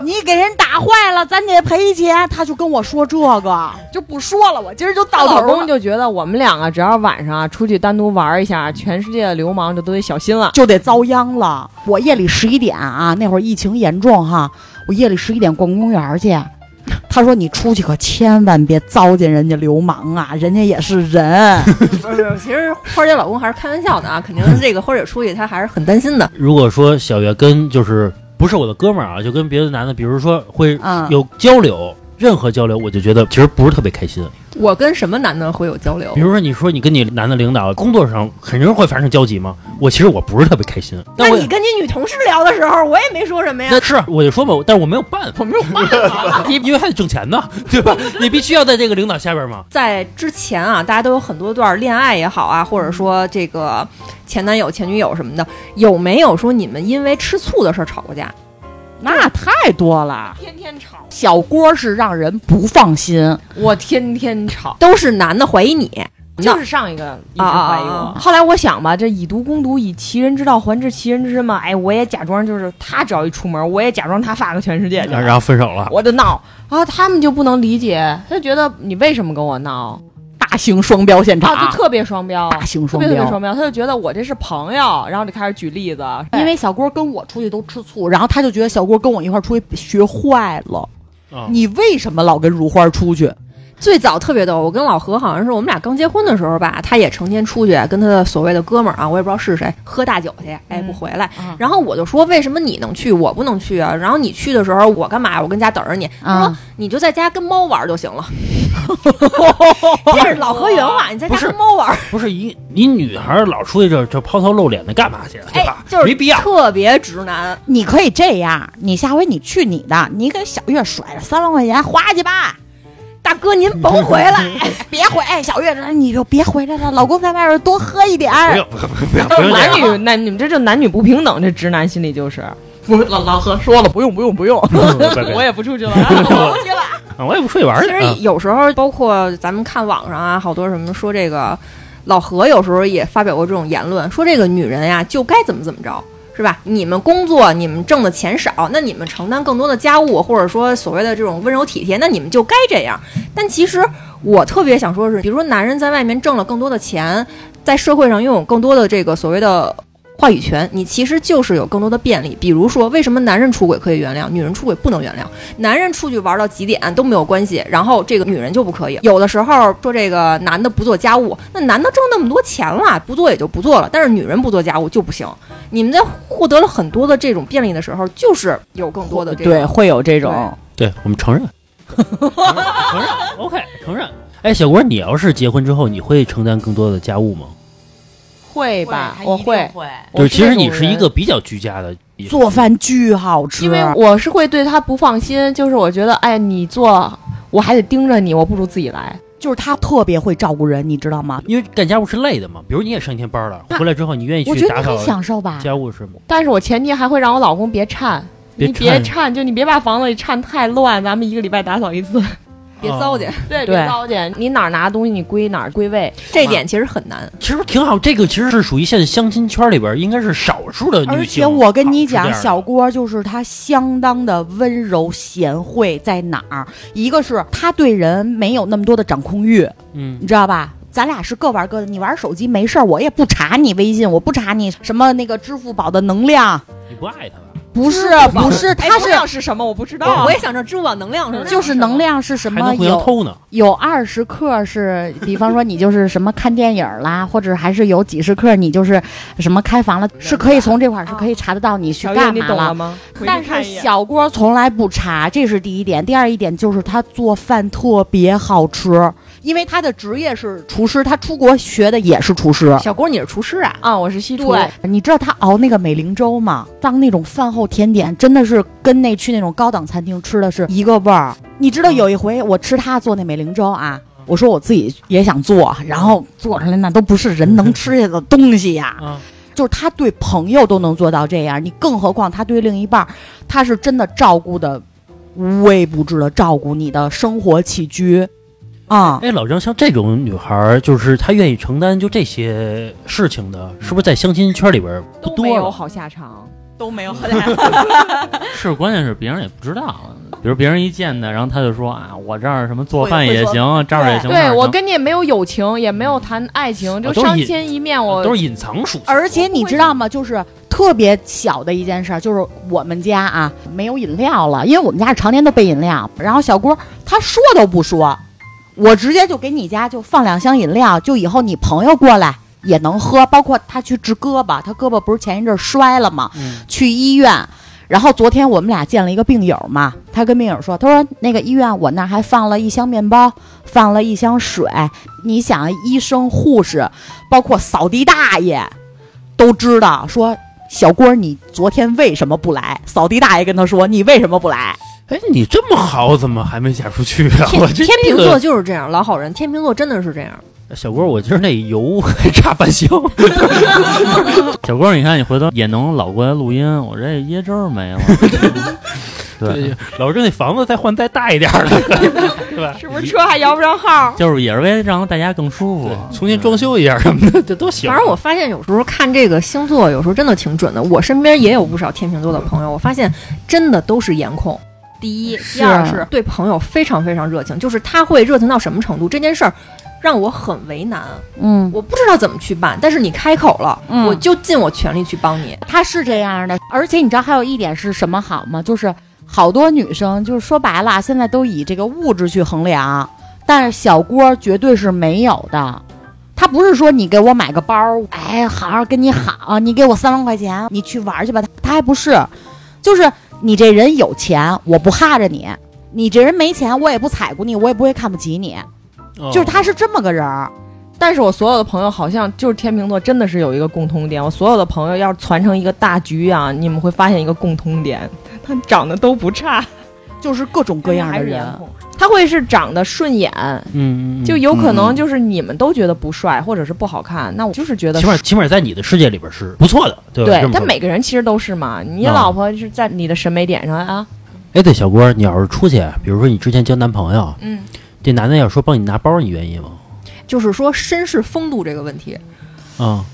[SPEAKER 3] 你给人打坏了，咱得赔钱。他就跟我说这个，就不说了，我今儿就
[SPEAKER 4] 她
[SPEAKER 3] 到
[SPEAKER 4] 老
[SPEAKER 3] 头
[SPEAKER 4] 公
[SPEAKER 3] 了，
[SPEAKER 4] 就觉得我们两个只要晚上啊出去单独玩一下，全世界的流氓就都得小心了。
[SPEAKER 3] 就得遭殃了。我夜里十一点啊，那会儿疫情严重哈，我夜里十一点逛公园儿去。他说：“你出去可千万别糟践人家流氓啊，人家也是人。
[SPEAKER 1] 不是，其实花儿姐老公还是开玩笑的啊，肯定是这个花儿姐出去，她还是很担心的。
[SPEAKER 5] 如果说小月跟就是不是我的哥们儿啊，就跟别的男的，比如说会
[SPEAKER 3] 嗯
[SPEAKER 5] 有交流，任何交流，我就觉得其实不是特别开
[SPEAKER 1] 哦
[SPEAKER 5] 心。
[SPEAKER 1] 我跟什么男的会有交流
[SPEAKER 5] 比？如说你说你跟你男的领导工作上肯定会发生交集嘛，我其实我不是特别开心。
[SPEAKER 1] 那
[SPEAKER 5] 但我
[SPEAKER 1] 你跟你女同事聊的时候，我也没说什么呀。
[SPEAKER 5] 那是啊我就说嘛，但是我没有办法，我没有办 法，因为还得挣钱呢， 对吧？你必须要在这个领导下边嘛。
[SPEAKER 1] 在之前啊，大家都有很多段恋爱也好啊，或者说这个前男友、前女友什么的，有没有说你们因为吃醋的事儿吵过架？
[SPEAKER 3] 那太多了。
[SPEAKER 4] 天天吵，
[SPEAKER 3] 小郭是让人不放心，
[SPEAKER 4] 我天天吵，
[SPEAKER 1] 都是男的怀疑你，
[SPEAKER 4] 就
[SPEAKER 1] 那
[SPEAKER 4] 是上一个一直
[SPEAKER 1] 啊啊
[SPEAKER 4] 怀疑
[SPEAKER 1] 啊
[SPEAKER 4] 我。后来我想吧，这以毒攻毒，以其人之道还治其人之身嘛。哎，我也假装就是他，只要一出门，我也假装他发个全世界去了。
[SPEAKER 5] 然后分手了，
[SPEAKER 4] 我就闹，然后他们就不能理解，他就觉得你为什么跟我闹
[SPEAKER 3] 大型双标现场，
[SPEAKER 4] 啊？就特别双标，
[SPEAKER 3] 大型
[SPEAKER 4] 特
[SPEAKER 3] 双
[SPEAKER 4] 别特别
[SPEAKER 3] 标
[SPEAKER 4] 双。标，他就觉得我这是朋友，然后就开始举例子，
[SPEAKER 3] 因为小郭跟我出去都吃醋，然后他就觉得小郭跟我一块儿出去学坏了。
[SPEAKER 5] 啊
[SPEAKER 3] 你为什么老跟如花出去？
[SPEAKER 1] 最早特别逗。我跟老何好像是我们俩刚结婚的时候吧，他也成天出去跟他的所谓的哥们儿啊，我也不知道是谁，喝大酒去，哎，不回来。
[SPEAKER 4] 嗯
[SPEAKER 1] 然后我就说，为什么你能去，我不能去啊？然后你去的时候，我干嘛？我跟家等着你。他说、
[SPEAKER 3] 嗯
[SPEAKER 1] 你就在家跟猫玩就行了。这是老何原话，你在家
[SPEAKER 5] 不是
[SPEAKER 1] 跟猫玩。
[SPEAKER 5] 不是一你女孩儿老出去这这抛头露脸的干嘛去？啊对吧？
[SPEAKER 1] 就是
[SPEAKER 5] 没必要。
[SPEAKER 1] 特别直男。
[SPEAKER 3] 你可以这样，你下回你去你的，你给小月甩了三万块钱花去吧。
[SPEAKER 1] 大哥，您甭回来，
[SPEAKER 3] 别回，哎，小月，你就别回来了，老公在外边多喝一点
[SPEAKER 5] 不
[SPEAKER 3] 儿。
[SPEAKER 5] 用不用不用不用这
[SPEAKER 4] 男
[SPEAKER 5] 样，
[SPEAKER 4] 女那你们这就男女不平等，这直男心理就是。啊不，老老何说了，不用不用不 用， 我也不出去了，我不去了。
[SPEAKER 5] 啊我也不出去玩儿
[SPEAKER 1] 其
[SPEAKER 5] 去。
[SPEAKER 1] 实
[SPEAKER 5] 啊
[SPEAKER 1] 有时候，包括咱们看网上啊，好多什么说这个老何有时候也发表过这种言论，说这个女人呀就该怎么怎么着。是吧？你们工作，你们挣的钱少，那你们承担更多的家务，或者说所谓的这种温柔体贴，那你们就该这样。但其实我特别想说的是，比如说男人在外面挣了更多的钱，在社会上拥有更多的这个所谓的话语权，你其实就是有更多的便利。比如说，为什么男人出轨可以原谅，女人出轨不能原谅？男人出去玩到几点都没有关系，然后这个女人就不可以。有的时候说这个男的不做家务，那男的挣那么多钱了，不做也就不做了，但是女人不做家务就不行。你们在获得了很多的这种便利的时候，就是有更多的这
[SPEAKER 3] 对
[SPEAKER 1] 个
[SPEAKER 3] 会有这种，
[SPEAKER 5] 对我们 承认，承认，OK，承认。哎，小郭，你要是结婚之后，你会承担更多的家务吗？
[SPEAKER 4] 会吧，我会，
[SPEAKER 7] 会，
[SPEAKER 5] 就
[SPEAKER 4] 我
[SPEAKER 5] 是其实
[SPEAKER 4] 那种
[SPEAKER 5] 你是一
[SPEAKER 4] 人
[SPEAKER 5] 个啊比较居家的，
[SPEAKER 3] 做饭巨好吃，
[SPEAKER 4] 因为我是会对他不放心，就是我觉得，哎，你做我还得盯着你，我不如自己来。
[SPEAKER 3] 就是他特别会照顾人，你知道吗？
[SPEAKER 5] 因为干家务是累的嘛。比如你也上一天班了，回来之后你愿意
[SPEAKER 3] 我
[SPEAKER 5] 去
[SPEAKER 3] 觉得
[SPEAKER 5] 打
[SPEAKER 3] 你
[SPEAKER 5] 扫
[SPEAKER 3] 很享受吧。
[SPEAKER 5] 家务是吗？
[SPEAKER 4] 但是我前提还会让我老公别颤，
[SPEAKER 5] 别
[SPEAKER 4] 你别
[SPEAKER 5] 颤
[SPEAKER 4] 颤，就你别把房子里颤太乱，咱们一个礼拜打扫一次。
[SPEAKER 1] 别糟践。
[SPEAKER 4] 对，
[SPEAKER 3] 对
[SPEAKER 4] 别糟践，你哪儿拿东西你归哪儿归位。
[SPEAKER 1] 这一点其实很难。
[SPEAKER 5] 其实挺好，这个其实是属于现在相亲圈里边应该是少数的女性。
[SPEAKER 3] 而且我跟你
[SPEAKER 5] 啊
[SPEAKER 3] 讲，
[SPEAKER 5] 是这样
[SPEAKER 3] 小
[SPEAKER 5] 的
[SPEAKER 3] 郭就是他相当的温柔贤惠，在哪儿？一个是他对人没有那么多的掌控欲，
[SPEAKER 5] 嗯
[SPEAKER 3] 你知道吧？咱俩是各玩各的，你玩手机没事儿，我也不查你微信，我不查你什么那个支付宝的能量，
[SPEAKER 5] 你不爱他了，
[SPEAKER 3] 不是不 是，
[SPEAKER 4] 哎
[SPEAKER 3] 他
[SPEAKER 4] 不
[SPEAKER 3] 是
[SPEAKER 4] 知道是什么，我不知道。
[SPEAKER 1] 我也想知道支付宝能量是吧
[SPEAKER 3] 嗯就是能量是什
[SPEAKER 5] 还
[SPEAKER 3] 么
[SPEAKER 5] 能互相
[SPEAKER 3] 有
[SPEAKER 5] 偷呢。
[SPEAKER 3] 有二十克是，比方说你就是什么看电影啦，或者还是有几十克你就是什么开房了，是可以从这块儿是可以查得到你去
[SPEAKER 4] 小月，
[SPEAKER 3] 干
[SPEAKER 4] 你
[SPEAKER 3] 嘛
[SPEAKER 4] 懂
[SPEAKER 3] 了
[SPEAKER 4] 了。吗？回去
[SPEAKER 3] 但
[SPEAKER 4] 看
[SPEAKER 3] 是
[SPEAKER 4] 一眼
[SPEAKER 3] 小郭从来不查，这是第一点。第二一点就是他做饭特别好吃，因为他的职业是厨师，他出国学的也是厨师。
[SPEAKER 1] 小郭，你是厨师啊？
[SPEAKER 4] 啊，我是西厨，
[SPEAKER 3] 对，你知道他熬那个美龄粥吗？当那种饭后甜点，真的是跟那去那种高档餐厅吃的是一个味儿。你知道有一回我吃他做那美龄粥啊，我说我自己也想做，然后做出来那都不是人能吃下的东西呀、
[SPEAKER 5] 啊，
[SPEAKER 3] 就是他对朋友都能做到这样，你更何况他对另一半儿，他是真的照顾的无微不至的照顾你的生活起居啊。
[SPEAKER 5] 哎，老张，像这种女孩儿，就是她愿意承担就这些事情的，是不是在相亲圈里边儿不
[SPEAKER 4] 都没
[SPEAKER 5] 多
[SPEAKER 4] 有
[SPEAKER 5] 了？
[SPEAKER 4] 好下场。
[SPEAKER 7] 都没有
[SPEAKER 2] 是，关键是别人也不知道。啊比如别人一见他，然后他就说啊，我这儿什么做
[SPEAKER 7] 会
[SPEAKER 2] 饭
[SPEAKER 7] 会
[SPEAKER 2] 也
[SPEAKER 7] 做
[SPEAKER 2] 行，这儿也行，那儿
[SPEAKER 4] 对嗯
[SPEAKER 2] 也
[SPEAKER 4] 我
[SPEAKER 2] 行
[SPEAKER 4] 跟你也没有友情，也没有谈爱情，就
[SPEAKER 5] 都是
[SPEAKER 4] 相
[SPEAKER 5] 隐
[SPEAKER 4] 亲一面我。
[SPEAKER 5] 都是隐藏属性。
[SPEAKER 3] 而且你知道吗？就是特别小的一件事儿，就是我们家啊没有饮料了，因为我们家是常年都备饮料。然后小郭他说都不说，我直接就给你家就放两箱饮料，就以后你朋友过来也能喝。包括他去治胳膊，他胳膊不是前一阵儿摔了吗？
[SPEAKER 5] 嗯，
[SPEAKER 3] 去医院。然后昨天我们俩见了一个病友嘛，他跟病友说，他说那个医院我那儿还放了一箱面包，放了一箱水。你想，医生、护士，包括扫地大爷，都知道说小郭你昨天为什么不来？扫地大爷跟他说你为什么不来？
[SPEAKER 5] 哎，你这么好，怎么还没嫁出去 啊？
[SPEAKER 1] 天
[SPEAKER 5] 我这
[SPEAKER 1] 天秤 座就是这样，老好人，天秤座真的是这样。
[SPEAKER 5] 小郭，我今儿那油哦还差半箱。
[SPEAKER 2] 小郭，你看你回头也能老过来录音，我这椰汁儿没了。 对，，
[SPEAKER 5] 老郑那房子再换再大一点儿 的，对吧？
[SPEAKER 4] 是不是车还摇不上号？
[SPEAKER 2] 就是也是为了让大家更舒服，啊
[SPEAKER 3] 嗯
[SPEAKER 5] 重新装修一下什么的，这都行。
[SPEAKER 1] 反正我发现有时候看这个星座，有时候真的挺准的。我身边也有不少天秤座的朋友，我发现真的都是颜控。第一，第二
[SPEAKER 3] 是啊
[SPEAKER 1] 是对朋友非常非常热情，就是他会热情到什么程度？这件事儿让我很为难，
[SPEAKER 3] 嗯，
[SPEAKER 1] 我不知道怎么去办。但是你开口了，
[SPEAKER 3] 嗯
[SPEAKER 1] 我就尽我全力去帮你。
[SPEAKER 3] 他是这样的，而且你知道还有一点是什么好吗？就是好多女生就是说白了，现在都以这个物质去衡量，但是小郭绝对是没有的。他不是说你给我买个包，哎，好好跟你好，你给我三万块钱，你去玩去吧。他他还不是，就是你这人有钱，我不哈着你；你这人没钱，我也不踩过你，我也不会看不起你。
[SPEAKER 5] 嗯
[SPEAKER 3] 就是他是这么个人儿。
[SPEAKER 4] 但是我所有的朋友好像就是天秤座，真的是有一个共通点。我所有的朋友要是攒成一个大局啊，你们会发现一个共通点，他长得都不差，
[SPEAKER 3] 就是各种各样
[SPEAKER 4] 还
[SPEAKER 3] 的
[SPEAKER 4] 是
[SPEAKER 3] 人，
[SPEAKER 4] 颜控。他会是长得顺眼，
[SPEAKER 5] 嗯，嗯，嗯
[SPEAKER 4] 就有可能就是你们都觉得不帅或者是不好看，那我就是觉得
[SPEAKER 5] 起码起码在你的世界里边是不错的，对吧？
[SPEAKER 4] 对
[SPEAKER 5] 这。么
[SPEAKER 4] 但
[SPEAKER 5] 说
[SPEAKER 4] 每个人其实都是嘛，你
[SPEAKER 5] 啊
[SPEAKER 4] 老婆是在你的审美点上啊，
[SPEAKER 5] 哎，对，小郭，你要是出去，比如说你之前交男朋友，
[SPEAKER 4] 嗯，
[SPEAKER 5] 这男的要说帮你拿包，你愿意吗？
[SPEAKER 1] 就是说绅士风度这个问题，
[SPEAKER 5] 啊、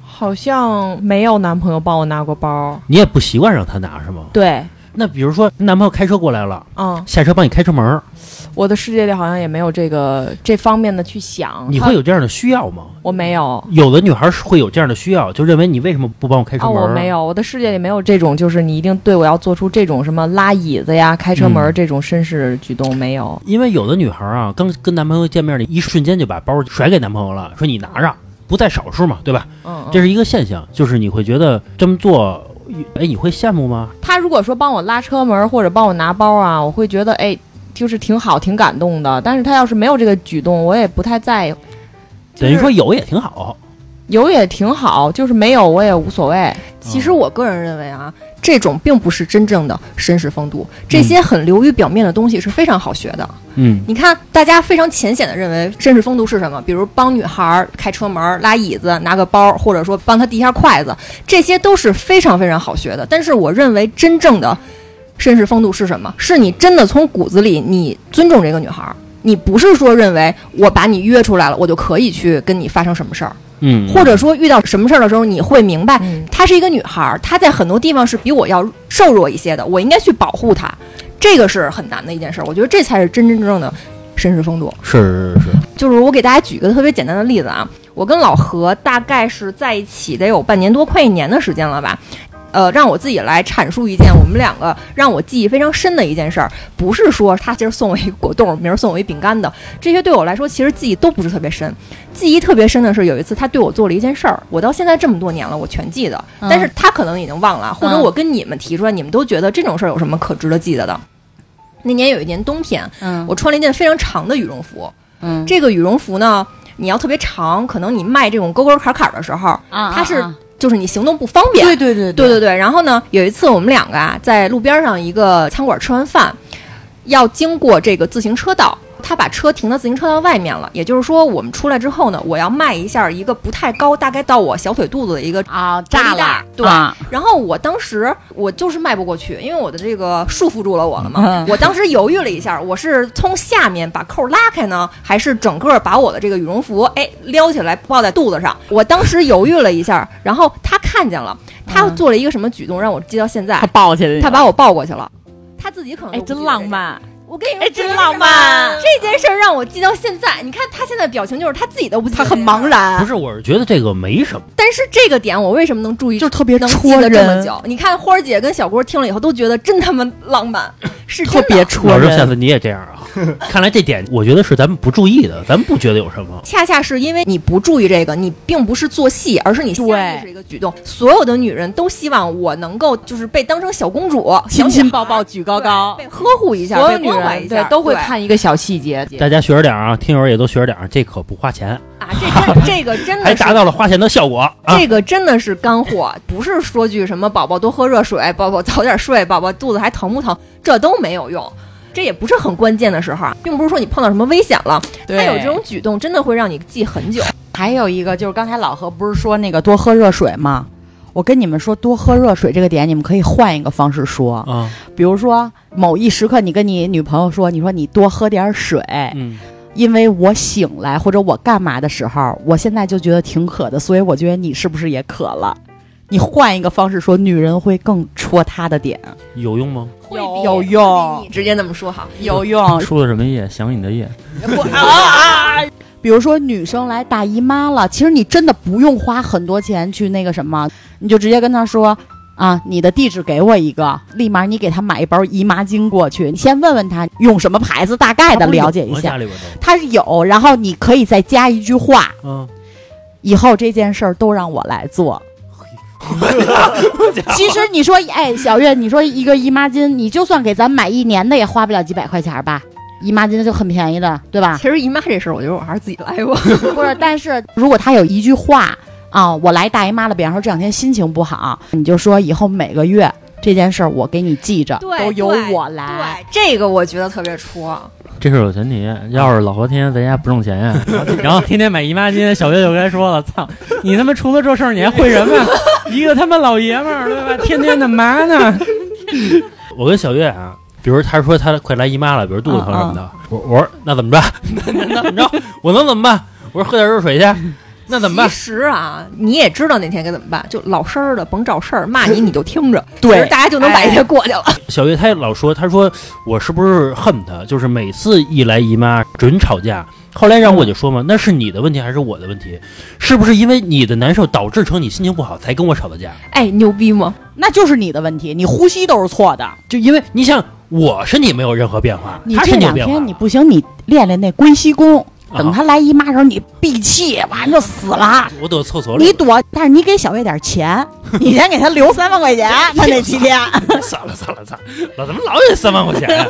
[SPEAKER 4] 好像没有男朋友帮我拿过包。
[SPEAKER 5] 你也不习惯让他拿是吗？
[SPEAKER 4] 对，
[SPEAKER 5] 那比如说男朋友开车过来了，
[SPEAKER 4] 嗯，
[SPEAKER 5] 下车帮你开车门儿，
[SPEAKER 4] 我的世界里好像也没有这个这方面的去想。
[SPEAKER 5] 你
[SPEAKER 4] 他
[SPEAKER 5] 会有这样的需要吗？
[SPEAKER 4] 我没有
[SPEAKER 5] 有的女孩是会有这样的需要，就认为你为什么不帮我开车
[SPEAKER 4] 啊，
[SPEAKER 5] 门？
[SPEAKER 4] 我没。有，我的世界里没有这种，就是你一定对我要做出这种什么拉椅子呀、开车门儿
[SPEAKER 5] 嗯
[SPEAKER 4] 这种绅士举动没有。
[SPEAKER 5] 因为有的女孩啊，刚跟男朋友见面的一瞬间就把包甩给男朋友了，说你拿着，不在少数嘛，对吧？
[SPEAKER 4] 嗯，嗯
[SPEAKER 5] 这是一个现象，就是你会觉得这么做，哎，你会羡慕吗？
[SPEAKER 4] 他如果说帮我拉车门儿或者帮我拿包啊，我会觉得哎，就是挺好、挺感动的。但是他要是没有这个举动，我也不太在意。
[SPEAKER 5] 等于说有也挺好，
[SPEAKER 4] 有也挺好，就是没有我也无所谓。
[SPEAKER 1] 其
[SPEAKER 5] 哦
[SPEAKER 1] 实我个人认为啊，这种并不是真正的绅士风度，这些很流于表面的东西是非常好学的。
[SPEAKER 5] 嗯，
[SPEAKER 1] 你看，大家非常浅显的认为绅士风度是什么？比如帮女孩儿开车门儿、拉椅子、拿个包，或者说帮她递一下筷子，这些都是非常非常好学的。但是我认为真正的绅士风度是什么？是你真的从骨子里你尊重这个女孩儿，你不是说认为我把你约出来了，我就可以去跟你发生什么事儿，
[SPEAKER 5] 嗯，
[SPEAKER 1] 或者说遇到什么事儿的时候，你会明白
[SPEAKER 4] 嗯，
[SPEAKER 1] 她是一个女孩儿，她在很多地方是比我要瘦弱一些的，我应该去保护她，这个是很难的一件事儿。我觉得这才是真真正正的绅士风度。
[SPEAKER 5] 是是是，
[SPEAKER 1] 就是我给大家举一个特别简单的例子啊，我跟老何大概是在一起得有半年多，快一年的时间了吧。呃，让我自己来阐述一件我们两个让我记忆非常深的一件事儿，不是说他今儿送我一果冻，明儿送我一饼干的，这些对我来说其实记忆都不是特别深。记忆特别深的是有一次他对我做了一件事儿，我到现在这么多年了，我全记得，
[SPEAKER 3] 嗯
[SPEAKER 1] 但是他可能已经忘了，或者
[SPEAKER 3] 嗯
[SPEAKER 1] 我跟你们提出来，你们都觉得这种事儿有什么可值得记得的？那年有一年冬天，
[SPEAKER 3] 嗯
[SPEAKER 1] 我穿了一件非常长的羽绒服，
[SPEAKER 3] 嗯，
[SPEAKER 1] 这个羽绒服呢，你要特别长，可能你迈这种沟沟坎坎的时候，
[SPEAKER 3] 啊，
[SPEAKER 1] 它是
[SPEAKER 3] 啊啊
[SPEAKER 1] 就是你行动不方便。
[SPEAKER 3] 对对对
[SPEAKER 1] 对对对然后呢，有一次我们两个啊，在路边上一个餐馆吃完饭，要经过这个自行车道。他把车停到自行车道外面了，也就是说，我们出来之后呢，我要迈一下一个不太高，大概到我小腿肚子的一个
[SPEAKER 3] 啊，
[SPEAKER 1] 炸
[SPEAKER 3] 炸
[SPEAKER 1] 了
[SPEAKER 3] 了，
[SPEAKER 1] 对
[SPEAKER 3] 啊
[SPEAKER 1] 然后我当时我就是迈不过去，因为我的这个束缚住了我了嘛
[SPEAKER 3] 嗯。
[SPEAKER 1] 我当时犹豫了一下，我是从下面把扣拉开呢，还是整个把我的这个羽绒服哎撩起来抱在肚子上？我当时犹豫了一下，然后他看见了，他做了一个什么举动让我记到现在
[SPEAKER 3] 他？抱起来，
[SPEAKER 1] 他把我抱过去了，他自己可能
[SPEAKER 3] 嗯哎，
[SPEAKER 1] 都不
[SPEAKER 3] 真
[SPEAKER 1] 记得
[SPEAKER 3] 浪
[SPEAKER 1] 这个。
[SPEAKER 3] 漫，
[SPEAKER 1] 我跟你说，
[SPEAKER 3] 哎真浪漫
[SPEAKER 1] 这件事儿让我记到现在。你看他现在表情，就是他自己都不记得
[SPEAKER 3] 他
[SPEAKER 1] 这
[SPEAKER 3] 很
[SPEAKER 1] 件事儿
[SPEAKER 3] 茫然，
[SPEAKER 5] 不是，我是觉得这个没什么。
[SPEAKER 1] 但是这个点我为什么能注意
[SPEAKER 3] 就是特别
[SPEAKER 1] 能
[SPEAKER 3] 戳
[SPEAKER 1] 记得这么
[SPEAKER 3] 人
[SPEAKER 1] 久。你看花儿姐跟小郭听了以后都觉得真他妈浪漫，是真
[SPEAKER 3] 特别
[SPEAKER 1] 的。
[SPEAKER 3] 戳
[SPEAKER 5] 老师，下
[SPEAKER 3] 人。
[SPEAKER 5] 次你也这样 啊？看来这点我觉得是咱们不注意的，咱们不觉得有什么。
[SPEAKER 1] 恰恰是因为你不注意这个，你并不是做戏，而是你下意识一个举动。所有的女人都希望我能够就是被当成小公主，
[SPEAKER 3] 亲
[SPEAKER 1] 小女
[SPEAKER 3] 亲
[SPEAKER 1] 孩
[SPEAKER 3] 抱抱，举高高
[SPEAKER 1] 对，被呵护 一下，
[SPEAKER 4] 所有
[SPEAKER 1] 被
[SPEAKER 4] 女
[SPEAKER 1] 关怀一
[SPEAKER 4] 人
[SPEAKER 1] 下，
[SPEAKER 4] 都会看一个小细节。
[SPEAKER 5] 大家学着点儿啊，听友也都学着点儿，这可不花钱，
[SPEAKER 1] 啊。这 真这个真
[SPEAKER 5] 还
[SPEAKER 1] 的是
[SPEAKER 5] 达到了花钱的效果啊！
[SPEAKER 1] 这个真的是干货，不是说句什么“宝宝多喝热水”，“宝宝早点睡”，“宝宝肚子还疼不疼”，这都没有用。这也不是很关键的时候啊，并不是说你碰到什么危险了，他有这种举动真的会让你记很久。
[SPEAKER 3] 还有一个就是刚才老何不是说那个多喝热水吗？我跟你们说，多喝热水这个点，你们可以换一个方式说，
[SPEAKER 5] 啊，
[SPEAKER 3] 比如说某一时刻，你跟你女朋友说，你说你多喝点水，
[SPEAKER 5] 嗯，
[SPEAKER 3] 因为我醒来或者我干嘛的时候，我现在就觉得挺渴的，所以我觉得你是不是也渴了？你换一个方式说，女人会更戳她的点，
[SPEAKER 5] 有用吗？
[SPEAKER 1] 会
[SPEAKER 3] 有
[SPEAKER 1] 比
[SPEAKER 3] 有用
[SPEAKER 1] 会比你直接那么说好，
[SPEAKER 3] 有用。
[SPEAKER 2] 出的什么夜？想你的夜。
[SPEAKER 1] 啊
[SPEAKER 3] 比如说女生来大姨妈了，其实你真的不用花很多钱去那个什么，你就直接跟她说啊，你的地址给我一个，立马你给她买一包姨妈巾过去，你先问问她用什么牌子，大概的了解一
[SPEAKER 5] 我家
[SPEAKER 3] 下。
[SPEAKER 5] 里边都，
[SPEAKER 3] 她有，然后你可以再加一句话，
[SPEAKER 5] 嗯，
[SPEAKER 3] 以后这件事儿都让我来做。其实你说，哎，小月，你说一个姨妈巾，你就算给咱买一年的，也花不了几百块钱吧？姨妈巾就很便宜的，对吧？
[SPEAKER 1] 其实姨妈这事儿，我觉得我还是自己来吧。
[SPEAKER 3] 不是，但是如果她有一句话啊，我来大姨妈了，比方说这两天心情不好，你就说以后每个月这件事儿我给你记着，
[SPEAKER 1] 对
[SPEAKER 3] 都由
[SPEAKER 1] 对
[SPEAKER 3] 我来。，
[SPEAKER 1] 这个我觉得特别戳。
[SPEAKER 2] 这是有前提，要是老何天天在家不挣 钱，然后天天买姨妈巾，小月就该说了：“操，你他妈除了这事儿你还会什么？一个他妈老爷们儿对吧？天天的嘛呢
[SPEAKER 5] 我跟小月啊，比如她说她快来姨妈了，比如肚子疼嗯 什么的，我我说那怎么着？那那那怎么着？我能怎么办？我说喝点热水去。那怎么办
[SPEAKER 1] 其？实啊，你也知道那天该怎么办，就老实儿的，甭找事儿，骂你你就听着，
[SPEAKER 3] 对
[SPEAKER 1] 其实大家就能把这些过去了。
[SPEAKER 5] 小月她老说，她说我是不是恨她？就是每次一来姨妈准吵架。后来让我就说嘛，那是你的问题还是我的问题？是不是因为你的难受导致成你心情不好才跟我吵的架？
[SPEAKER 1] 哎，牛逼吗？
[SPEAKER 3] 那就是你的问题，你呼吸都是错的。
[SPEAKER 5] 就因为你想，我身体没有任何变化，
[SPEAKER 3] 你
[SPEAKER 5] 他
[SPEAKER 3] 这
[SPEAKER 5] 身体有
[SPEAKER 3] 两
[SPEAKER 5] 变化。
[SPEAKER 3] 天你不行，你练练那龟息功，等
[SPEAKER 5] 啊
[SPEAKER 3] 他来姨妈的时候，你闭气，完就死了。
[SPEAKER 5] 我躲厕所里，
[SPEAKER 3] 你躲，但是你给小月点钱，你先给他留三万 块钱，他那七天。
[SPEAKER 5] 算了算了算了，老怎么老得三万块钱啊呀？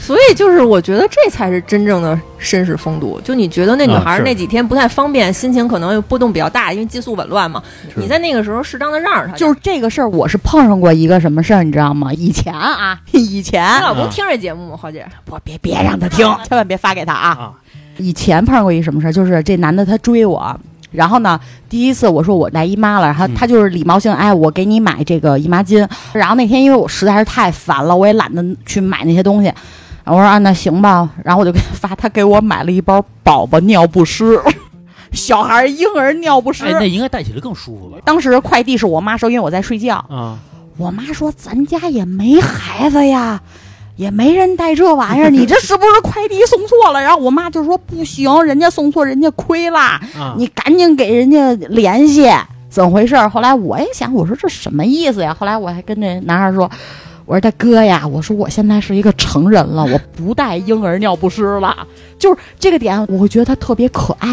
[SPEAKER 1] 所以就是，我觉得这才是真正的绅士风度。就你觉得那女孩
[SPEAKER 5] 啊
[SPEAKER 1] 儿
[SPEAKER 5] 是
[SPEAKER 1] 那几天不太方便，心情可能又波动比较大，因为激素紊乱嘛。
[SPEAKER 5] 是
[SPEAKER 1] 你在那个时候适当的让着她，
[SPEAKER 3] 就是是这个事儿，我是碰上过一个什么事儿，你知道吗？以前啊，以前
[SPEAKER 1] 你老公听这节目吗？豪姐，
[SPEAKER 3] 我别别让他听，千万别发给他啊。
[SPEAKER 5] 啊，
[SPEAKER 3] 以前碰上过一什么事儿，就是这男的他追我。然后呢，第一次我说我来姨妈了，然后
[SPEAKER 5] 嗯
[SPEAKER 3] 他就是礼貌性，哎，我给你买这个姨妈巾。然后那天因为我实在是太烦了，我也懒得去买那些东西，然后我说啊，那行吧。然后我就给他发，他给我买了一包宝宝尿不湿， 小孩儿婴儿尿不湿。
[SPEAKER 5] 哎，那应该带起来更舒服吧？
[SPEAKER 3] 当时快递是我妈收，因为我在睡觉。
[SPEAKER 5] 啊，
[SPEAKER 3] 我妈说咱家也没孩子呀，也没人带这玩意儿，你这是不是快递送错了？然后我妈就说不行，人家送错，人家亏啦，
[SPEAKER 5] 啊
[SPEAKER 3] 你赶紧给人家联系，怎么回事儿？后来我也想，我说这什么意思呀？后来我还跟那男孩说。我说大哥呀，我说我现在是一个成人了，我不带婴儿尿不湿了，就是这个点，我会觉得他特别可爱。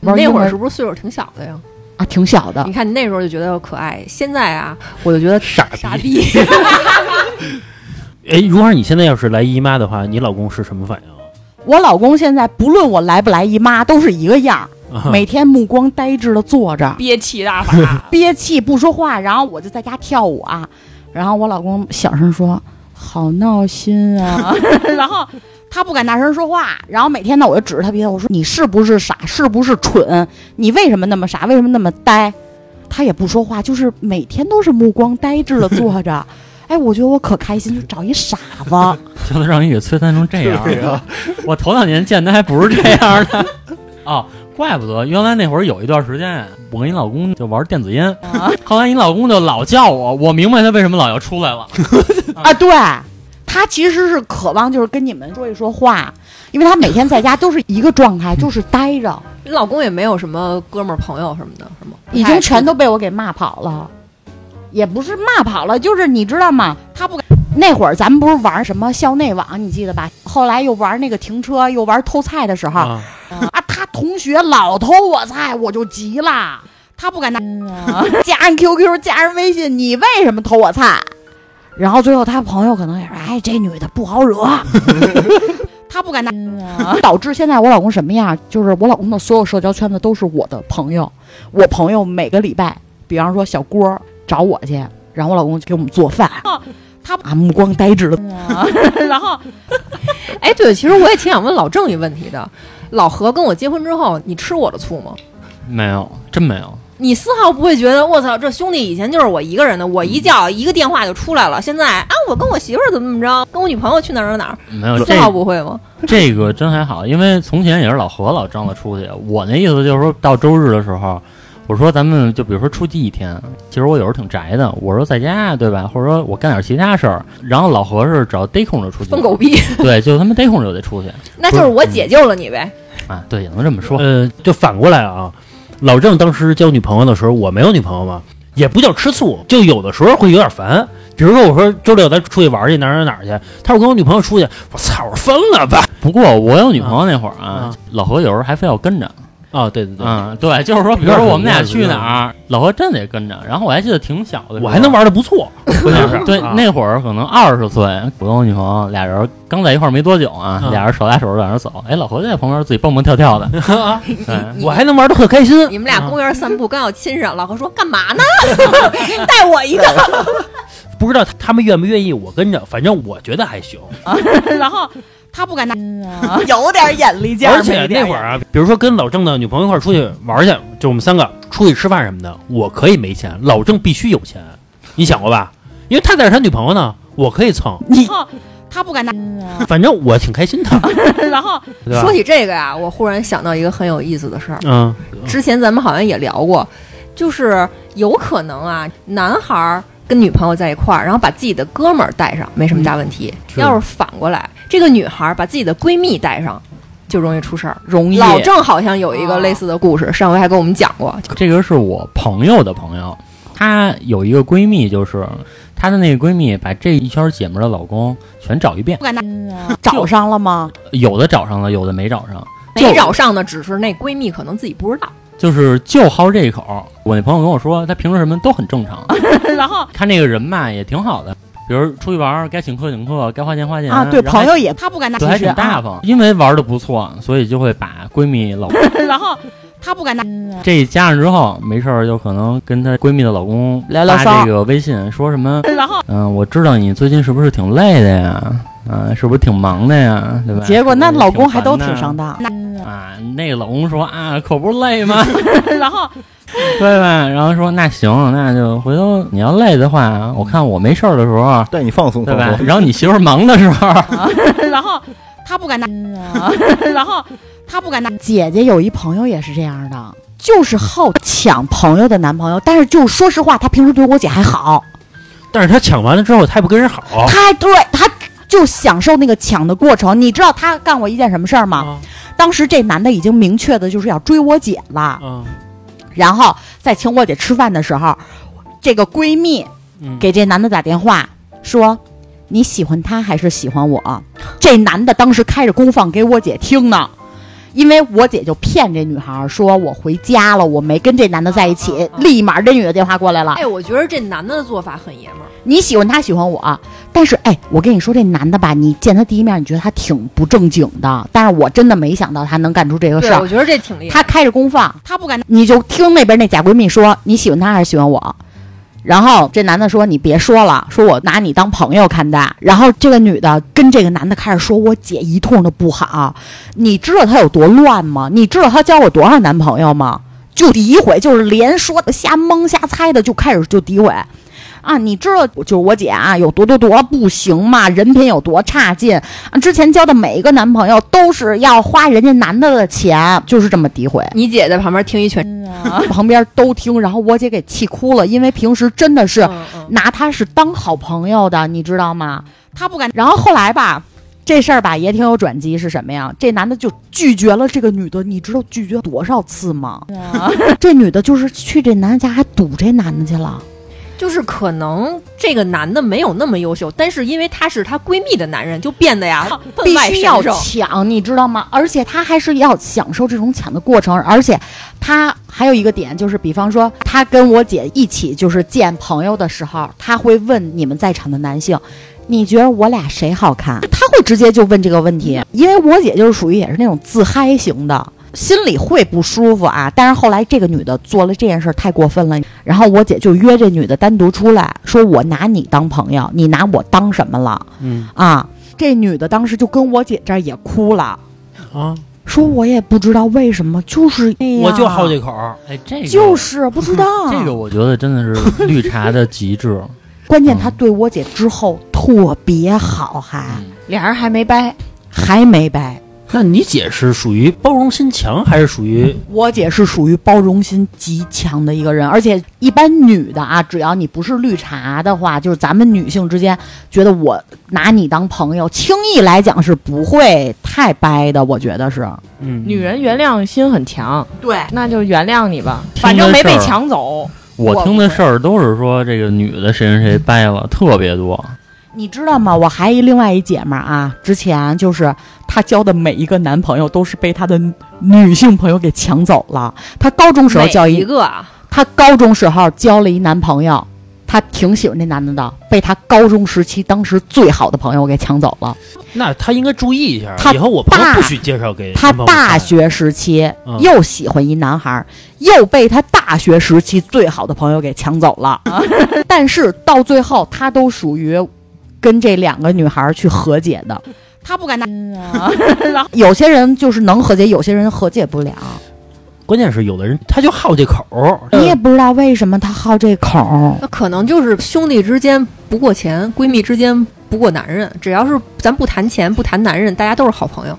[SPEAKER 3] 玩
[SPEAKER 1] 那
[SPEAKER 3] 婴
[SPEAKER 1] 会儿
[SPEAKER 3] 儿
[SPEAKER 1] 是不是岁数挺小的呀？
[SPEAKER 3] 啊，挺小的
[SPEAKER 1] 你，看你那时候就觉得可爱，现在啊，我就觉得
[SPEAKER 5] 傻逼
[SPEAKER 1] 傻逼。
[SPEAKER 5] 哎，如果你现在要是来姨妈的话，你老公是什么反应
[SPEAKER 3] 我老公现在不论我来不来姨妈，都是一个样儿，
[SPEAKER 5] 啊？
[SPEAKER 3] 每天目光呆滞的坐着，，
[SPEAKER 4] 憋气大法
[SPEAKER 3] 憋气不说话，然后我就在家跳舞啊，然后我老公小声说：“好闹心 啊！”然后他不敢大声说话，然后每天呢，我就指着他鼻子我说：“你是不是傻？是不是蠢？你为什么那么傻？为什么那么呆？”他也不说话，就是每天都是目光呆滞的坐着。 啊哎，我觉得我可开心，就找一傻子。
[SPEAKER 2] 就能让你给摧残成
[SPEAKER 5] 哎
[SPEAKER 2] 这样
[SPEAKER 6] 对呀，
[SPEAKER 2] 我头两年见他还不是这样呢。 哦，怪不得原来那会儿有一段时间，啊我跟你老公就玩电子烟，
[SPEAKER 1] 啊
[SPEAKER 2] 后来你老公就老叫我，我明白他为什么老要出来了。
[SPEAKER 3] 啊，对，他其实是渴望就是跟你们说一说话，因为他每天在家都是一个状 态，就是待着，
[SPEAKER 1] 你老公也没有什么哥们儿朋友什么的，是吗？
[SPEAKER 3] 已经全都被我给骂跑了。也不是骂跑了，就是你知道吗？他不敢。那会儿咱们不是玩什么校内网，你记得吧？后来又玩那个停车，又玩偷菜的时候啊
[SPEAKER 5] 啊，
[SPEAKER 3] 他同学老偷我菜，我就急了。他不敢拿， 加上 QQ，加上微信，你为什么偷我菜？然后最后他朋友可能也说，哎，这女的不好惹， 他不敢拿， 导致现在我老公什么样？就是我老公的所有社交圈子都是我的朋友，我朋友每个礼拜，比方说小郭儿找我去，然后我老公就给我们做饭，他啊目光呆滞的，然后
[SPEAKER 1] 哎，对，其实我也挺想问老郑一问题的。老何跟我结婚之后，你吃我的醋吗？
[SPEAKER 2] 没有，真没有。
[SPEAKER 1] 你丝毫不会觉得我操，这兄弟以前就是我一个人的，我一
[SPEAKER 3] 嗯
[SPEAKER 1] 叫一个电话就出来了。现在啊，我跟我媳妇儿怎么怎么着，跟我女朋友去哪儿哪儿哪儿，
[SPEAKER 2] 没有
[SPEAKER 3] 嗯
[SPEAKER 1] 丝
[SPEAKER 2] 这
[SPEAKER 1] 毫不会吗？
[SPEAKER 2] 这个真还好，因为从前也是老何老张罗出去。我那意思就是说到周日的时候，我说咱们就比如说出去一天，其实我有时候挺宅的，我说在家对吧，或者说我干点其他事儿。然后老何是只要逮空就出去，
[SPEAKER 1] 疯狗逼，
[SPEAKER 2] 对，就他妈逮空就得出去
[SPEAKER 1] 那就是我解救了你呗。
[SPEAKER 2] 啊，对，也能这么说。
[SPEAKER 5] 呃，就反过来啊，老郑当时交女朋友的时候，我没有女朋友嘛，也不叫吃醋，就有的时候会有点烦。比如说，我说周六咱出去玩去哪儿哪儿哪儿去，他说我跟我女朋友出去，我操，我说分了吧。
[SPEAKER 2] 不过我有女朋友那会儿
[SPEAKER 5] 啊
[SPEAKER 2] 啊，老何有时候还非要跟着，
[SPEAKER 5] 啊，对对对，
[SPEAKER 2] 嗯，对，就是说，比如说我们俩去哪儿，老何真得跟着。然后我还记得挺小的时候，
[SPEAKER 5] 我还能玩的不错，关键是
[SPEAKER 2] 对，
[SPEAKER 5] 啊
[SPEAKER 2] 那会儿可能二十岁，我跟我女朋友俩人刚在一块儿没多久啊，
[SPEAKER 5] 嗯
[SPEAKER 2] 俩人手拉手往那儿走，哎，老何就在旁边自己蹦蹦跳跳的，嗯对，
[SPEAKER 3] 嗯
[SPEAKER 5] 我还能玩的特开心。
[SPEAKER 1] 你们俩
[SPEAKER 5] 啊
[SPEAKER 1] 公园散步刚要亲上，老何说干嘛 呢？带我一个。
[SPEAKER 5] 不知道他们愿不愿意我跟着，反正我觉得还行。
[SPEAKER 3] 然后他不敢拿，
[SPEAKER 4] 嗯
[SPEAKER 3] 有点眼力劲儿。
[SPEAKER 5] 而且那会儿啊，比如说跟老郑的女朋友一块儿出去玩去，就我们三个出去吃饭什么的，我可以没钱，老郑必须有钱，你想过吧？因为他带着他女朋友呢，我可以蹭。
[SPEAKER 3] 没点眼力，他不敢拿。
[SPEAKER 5] 反正我挺开心的，
[SPEAKER 3] 然后
[SPEAKER 5] 对吧
[SPEAKER 1] 说？起这个呀，我忽然想到一个很有意思的事儿。
[SPEAKER 5] 嗯，
[SPEAKER 1] 之前咱们好像也聊过，就是有可能啊，男孩儿跟女朋友在一块儿，然后把自己的哥们儿带上，没什么大问题。
[SPEAKER 5] 嗯是
[SPEAKER 1] 要是反过来，这个女孩儿把自己的闺蜜带上，就容易出事儿。
[SPEAKER 4] 容易
[SPEAKER 1] 老郑好像有一个类似的故事，上回还跟我们讲过。
[SPEAKER 2] 这个是我朋友的朋友，她有一个闺蜜，就是她的那个闺蜜把这一圈姐们儿的老公全找一遍
[SPEAKER 3] 不，敢拿，找上了吗？
[SPEAKER 2] 有的找上了，有的没找上，
[SPEAKER 1] 没找上的只是那闺蜜可能自己不知道，
[SPEAKER 2] 就是就好这一口儿。我那朋友跟我说，她平时什么都很正常，
[SPEAKER 3] 然后
[SPEAKER 2] 看这个人吧也挺好的，比如出去玩儿该请客请客，该花钱花钱
[SPEAKER 3] 啊，对，
[SPEAKER 2] 然后还
[SPEAKER 3] 朋友也他不敢拿，
[SPEAKER 2] 对
[SPEAKER 3] 其
[SPEAKER 2] 还
[SPEAKER 3] 实
[SPEAKER 2] 挺大
[SPEAKER 3] 啊，
[SPEAKER 2] 方，因为玩的不错，所以就会把闺蜜老公
[SPEAKER 3] 然后嗯他不敢拿，
[SPEAKER 2] 这一加上之后，没事儿就可能跟她闺蜜的老公
[SPEAKER 4] 聊聊骚
[SPEAKER 2] 发这个微信说什么。
[SPEAKER 3] 然后
[SPEAKER 2] 嗯、我知道你最近是不是挺累的呀？嗯、是不是挺忙的呀？对吧？
[SPEAKER 3] 结果那
[SPEAKER 2] 是不是
[SPEAKER 3] 老公还都
[SPEAKER 2] 烦
[SPEAKER 3] 挺
[SPEAKER 2] 的
[SPEAKER 3] 上当，
[SPEAKER 2] 啊。那个老公说啊，可不是累吗？
[SPEAKER 3] 然 后
[SPEAKER 2] 对吧？然后说那行，那就回头你要累的话，我看我没事儿的时候，
[SPEAKER 6] 带你放松
[SPEAKER 2] 对
[SPEAKER 6] 放
[SPEAKER 2] 吧？
[SPEAKER 6] 松。
[SPEAKER 2] 然后你媳妇儿忙的时 候，
[SPEAKER 3] 然后他不敢拿，然后他不敢拿。嗯啊姐姐有一朋友也是这样的，就是好抢朋友的男朋友，但是就说实话，他平时对我姐还好，
[SPEAKER 5] 但是他抢完了之后，他也不跟人好。
[SPEAKER 3] 他对他。就享受那个抢的过程，你知道他干过一件什么事儿吗？
[SPEAKER 5] 啊
[SPEAKER 3] 当时这男的已经明确的就是要追我姐了，
[SPEAKER 5] 啊
[SPEAKER 3] 然后在请我姐吃饭的时候，这个闺蜜
[SPEAKER 5] 嗯，
[SPEAKER 3] 给这男的打电话说：“你喜欢他还是喜欢我？”这男的当时开着公放给我姐听呢，因为我姐就骗这女孩儿说我回家了，我没跟这男的在一起。
[SPEAKER 1] 啊啊啊
[SPEAKER 3] 立马这女的电话过来了
[SPEAKER 1] 哎，，我觉得这男的做法很爷们儿。
[SPEAKER 3] 你喜欢他喜欢我，但是哎，我跟你说这男的吧，你见他第一面你觉得他挺不正经的，但是我真的没想到他能干出这个事
[SPEAKER 1] 对，
[SPEAKER 3] 儿
[SPEAKER 1] 我。觉得这挺厉害。
[SPEAKER 3] 他开着公放，他不敢，你就听那边那假闺蜜说你喜欢他还是喜欢我。然后这男的说：“你别说了，说我拿你当朋友看待。”然后这个女的跟这个男的开始说我姐一通的不好，你知道她有多乱吗？你知道她交过多少男朋友吗？就诋毁，就是连说瞎蒙瞎猜的就开始就诋毁，啊，你知道就是我姐啊有多多多不行嘛，人品有多差劲，啊之前交的每一个男朋友都是要花人家男的的钱，就是这么诋毁。
[SPEAKER 1] 你姐在旁边听一拳，
[SPEAKER 3] 旁边都听，然后我姐给气哭了，因为平时真的是
[SPEAKER 1] 嗯嗯
[SPEAKER 3] 拿他是当好朋友的，你知道吗？他不敢。然后后来吧，这事儿吧也挺有转机，是什么呀？这男的就拒绝了这个女的，你知道拒绝多少次吗？ 这女的就是去这男的家还堵这男的去了。
[SPEAKER 1] 就是可能这个男的没有那么优秀，但是因为他是她闺蜜的男人，就变得呀哦 分
[SPEAKER 3] 必
[SPEAKER 1] 外
[SPEAKER 3] 须要
[SPEAKER 1] 神圣。
[SPEAKER 3] 抢，你知道吗？而且他还是要享受这种抢的过程，而且他还有一个点就是，比方说他跟我姐一起就是见朋友的时候，他会问你们在场的男性。你觉得我俩谁好看？他会直接就问这个问
[SPEAKER 1] 嗯
[SPEAKER 3] 题，因为我姐就是属于也是那种自嗨型的，心里会不舒服啊。但是后来这个女的做了这件事儿太过分了，然后我姐就约这女的单独出来，说我拿你当朋友，你拿我当什么了
[SPEAKER 5] 嗯
[SPEAKER 3] 啊？这女的当时就跟我姐这儿也哭了，
[SPEAKER 5] 啊，
[SPEAKER 3] 说我也不知道为什么，就是那样
[SPEAKER 5] 我就好这口儿。
[SPEAKER 2] 哎，这个
[SPEAKER 3] 就是不知道
[SPEAKER 2] 这个，我觉得真的是绿茶的极致。
[SPEAKER 3] 关键她对我姐之后特别好，还
[SPEAKER 2] 嗯
[SPEAKER 4] 俩人还没掰，
[SPEAKER 3] 还没掰。
[SPEAKER 5] 那你姐是属于包容心强，还是属于
[SPEAKER 3] 我姐是属于包容心极强的一个人，而且一般女的啊，只要你不是绿茶的话，就是咱们女性之间觉得我拿你当朋友，轻易来讲是不会太掰的，我觉得是。
[SPEAKER 5] 嗯
[SPEAKER 4] 女人原谅心很强，
[SPEAKER 3] 对，
[SPEAKER 4] 那就原谅你吧，
[SPEAKER 2] 听
[SPEAKER 4] 反正
[SPEAKER 2] 的
[SPEAKER 4] 没
[SPEAKER 2] 事
[SPEAKER 4] 被
[SPEAKER 2] 儿
[SPEAKER 4] 抢走。
[SPEAKER 2] 我
[SPEAKER 4] 我
[SPEAKER 2] 听
[SPEAKER 4] 不
[SPEAKER 2] 的
[SPEAKER 4] 会
[SPEAKER 2] 事儿都是说这个女的谁谁谁掰了，特别多。
[SPEAKER 3] 你知道吗？我还一另外一姐们儿啊，之前就是她交的每一个男朋友都是被她的女性朋友给抢走了。她高中时候交
[SPEAKER 1] 每
[SPEAKER 3] 一
[SPEAKER 1] 一，个啊，
[SPEAKER 3] 她高中时候交了一男朋友，她挺喜欢那男的的，被她高中时期当时最好的朋友给抢走了。
[SPEAKER 5] 那她应该注意一下
[SPEAKER 3] 她，
[SPEAKER 5] 以后我朋友
[SPEAKER 3] 大
[SPEAKER 5] 不许介绍给
[SPEAKER 3] 她
[SPEAKER 5] 男朋友
[SPEAKER 3] 大
[SPEAKER 5] 看
[SPEAKER 3] 学时期
[SPEAKER 5] 嗯
[SPEAKER 3] 又喜欢一男孩儿，又被她大学时期最好的朋友给抢走了。但是到最后，她都属于跟这两个女孩儿去和解的。
[SPEAKER 4] 嗯啊
[SPEAKER 3] 她不敢拿，有些人就是能和解，有些人和解不了。
[SPEAKER 5] 关键是有的人他就好这口儿，
[SPEAKER 3] 你也不知道为什么他好这口儿。
[SPEAKER 1] 那可能就是兄弟之间不过钱，闺蜜之间不过男人。只要是咱不谈钱，不谈男人，大家都是好朋友，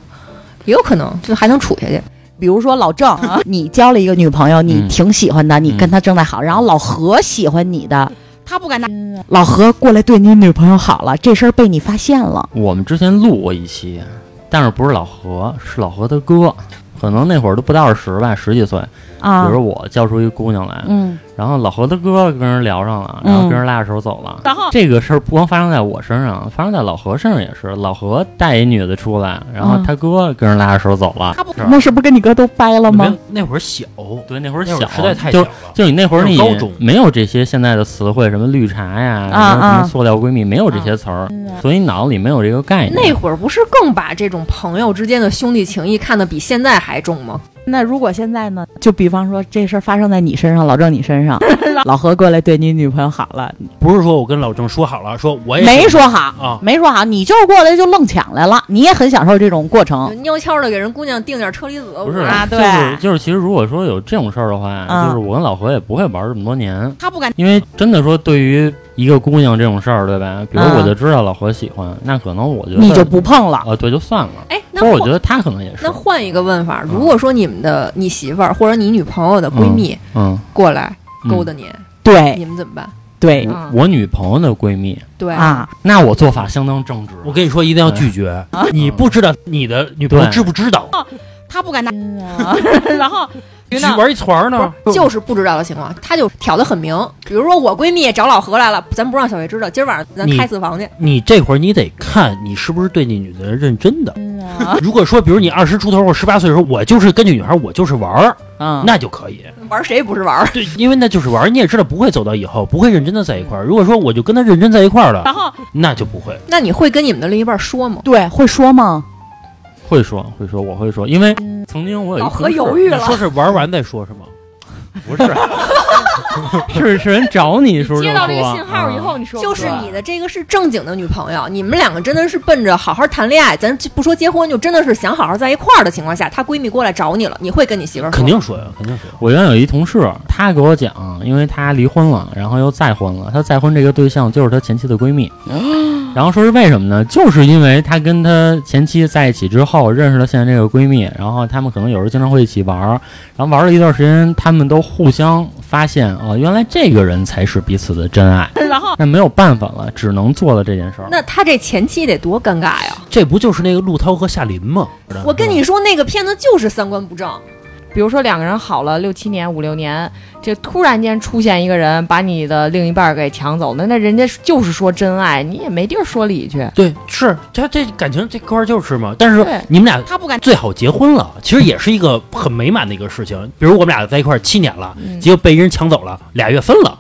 [SPEAKER 1] 也有可能就还能处下去。
[SPEAKER 3] 比如说老郑，啊 你交了一个女朋友，你
[SPEAKER 2] 嗯
[SPEAKER 3] 挺喜欢的，你
[SPEAKER 2] 嗯
[SPEAKER 3] 跟她正在好，然后老何喜欢你的，嗯他不敢拿老何过来对你女朋友好了，这事儿被你发现了，
[SPEAKER 2] 我们之前录过一期，但是不是老何，是老何他哥。可能那会儿都不到二十吧，十几岁。比
[SPEAKER 3] 啊，
[SPEAKER 2] 如我叫出一姑娘来，
[SPEAKER 3] 嗯，
[SPEAKER 2] 然后老何他哥跟人聊上了，然后跟人拉着手走了。
[SPEAKER 3] 然后
[SPEAKER 2] 这个事儿不光发生在我身上，发生在老何身上也是。老何带一女的出来，然后
[SPEAKER 3] 嗯
[SPEAKER 2] 他哥跟人拉着手走了。
[SPEAKER 3] 他不
[SPEAKER 2] 是
[SPEAKER 3] 那是不是跟你哥都掰了哦吗？
[SPEAKER 5] 那会儿小，
[SPEAKER 2] 对，那会儿
[SPEAKER 5] 那
[SPEAKER 2] 小，啊
[SPEAKER 5] 会儿实在太小
[SPEAKER 2] 就
[SPEAKER 5] 了。
[SPEAKER 2] 就你那会儿你
[SPEAKER 5] 那会儿高中
[SPEAKER 2] 没有这些现在的词汇，什么绿茶呀，什
[SPEAKER 3] 啊
[SPEAKER 2] 么什
[SPEAKER 3] 啊
[SPEAKER 2] 么塑料闺蜜，没有这些词儿，
[SPEAKER 4] 嗯啊
[SPEAKER 2] 所以脑子里没有这个概念。
[SPEAKER 1] 那会儿不是更把这种朋友之间的兄弟情谊看得比现在还重吗？
[SPEAKER 3] 那如果现在呢？就比方说这事儿发生在你身上，老郑你 身上，老何过来对你女朋友好了，
[SPEAKER 5] 不是说我跟老郑说好了，说我也
[SPEAKER 3] 没
[SPEAKER 5] 是
[SPEAKER 3] 说好，
[SPEAKER 2] 哦
[SPEAKER 5] 啊
[SPEAKER 3] 没说好，你就是过来就愣抢来了，你也很享受这种过
[SPEAKER 1] 就
[SPEAKER 3] 程。
[SPEAKER 1] 悄悄的给人姑娘订点车厘子，
[SPEAKER 2] 嗯不是
[SPEAKER 1] 我啊
[SPEAKER 3] 啊
[SPEAKER 2] 就是
[SPEAKER 3] 对
[SPEAKER 2] 就是，其实如果说有这种事儿的话，
[SPEAKER 3] 嗯
[SPEAKER 2] 就是我跟老何也不会玩这么多年，
[SPEAKER 3] 他不敢，
[SPEAKER 2] 因为真的说对于一个姑娘这种事儿，对吧？比如
[SPEAKER 3] 嗯
[SPEAKER 2] 我就知道老何喜欢，那可能我觉得
[SPEAKER 3] 你就不碰了。
[SPEAKER 2] 啊，对，就算了。
[SPEAKER 1] 哎，那
[SPEAKER 2] 或者我
[SPEAKER 1] 换
[SPEAKER 2] 觉得他可能也是
[SPEAKER 1] 那，换一个问法，如果说你们的你媳妇儿或者你女朋友的闺蜜
[SPEAKER 2] 嗯，
[SPEAKER 1] 过来
[SPEAKER 2] 嗯
[SPEAKER 1] 勾搭你，
[SPEAKER 3] 对
[SPEAKER 1] 你们怎么办？
[SPEAKER 3] 对
[SPEAKER 2] 我嗯我女朋友的闺蜜，
[SPEAKER 1] 对，
[SPEAKER 3] 啊，
[SPEAKER 2] 那我做法相当正直。
[SPEAKER 5] 我跟你说，一定要拒绝。你不知道你的女朋友知不知道？
[SPEAKER 3] 他不敢拿，然后
[SPEAKER 5] 去玩一团儿呢？
[SPEAKER 1] 就是不知道的情况，她就挑得很明。比如说我闺蜜找老何来了，咱不让小月知道，今儿晚上咱
[SPEAKER 5] 你
[SPEAKER 1] 开私房去。
[SPEAKER 5] 你这会儿你得看你是不是对那女的认真的。 如果说，比如你二十出头或十八岁的时候，我就是跟这女孩，我就是玩儿，
[SPEAKER 3] 嗯，
[SPEAKER 5] 那就可以。
[SPEAKER 1] 玩谁不是玩？
[SPEAKER 5] 对，因为那就是玩儿，你也知道不会走到以后，不会认真的在一块儿。如果说我就跟她认真在一块儿了，
[SPEAKER 3] 然后
[SPEAKER 5] 那就不会。
[SPEAKER 1] 那你会跟你们的另一半说吗？
[SPEAKER 3] 对会说吗？
[SPEAKER 2] 会说会说，我会说，因为曾经我有一
[SPEAKER 1] 老
[SPEAKER 2] 同
[SPEAKER 1] 何
[SPEAKER 2] 事
[SPEAKER 1] 犹豫
[SPEAKER 5] 你说
[SPEAKER 1] 了，
[SPEAKER 5] 是玩完再说，是吗？
[SPEAKER 2] 不是，是是人找你的时候就
[SPEAKER 4] 接
[SPEAKER 2] 说
[SPEAKER 4] 到这个信号以
[SPEAKER 2] 啊
[SPEAKER 4] 后，你说
[SPEAKER 1] 就是你的这个是正经的女朋友，你们两个真的是奔着好好谈恋爱，咱就不说结婚，就真的是想好好在一块儿的情况下，她闺蜜过来找你了，你会跟你媳妇儿说吗
[SPEAKER 5] 肯定说呀，肯定说。
[SPEAKER 2] 我原来有一同事，他给我讲，因为他离婚了，然后又再婚了。他再婚这个对象就是他前妻的闺蜜，然后说是为什么呢？就是因为他跟他前妻在一起之后，认识了现在这个闺蜜，然后他们可能有时候经常会一起玩儿，然后玩了一段时间，他们都互相发现哦，原来这个人才是彼此的真爱。然后那没有办法了，只能做了这件事儿。
[SPEAKER 1] 那她这前妻得多尴尬呀！
[SPEAKER 5] 这不就是那个陆涛和夏琳吗？
[SPEAKER 1] 我跟你说，那个片子就是三观不正。
[SPEAKER 4] 比如说两个人好了六七年、五六年，这突然间出现一个人把你的另一半儿给抢走了，那人家就是说真爱，你也没地儿说理去。
[SPEAKER 5] 对，是他这感情这块儿就是嘛。但是
[SPEAKER 4] 对
[SPEAKER 5] 你们俩
[SPEAKER 3] 他不敢，
[SPEAKER 5] 最好结婚了，其实也是一个很美满的一个事情。比如我们俩在一块儿七年了，
[SPEAKER 4] 嗯
[SPEAKER 5] 结果被人抢走了，俩月分了，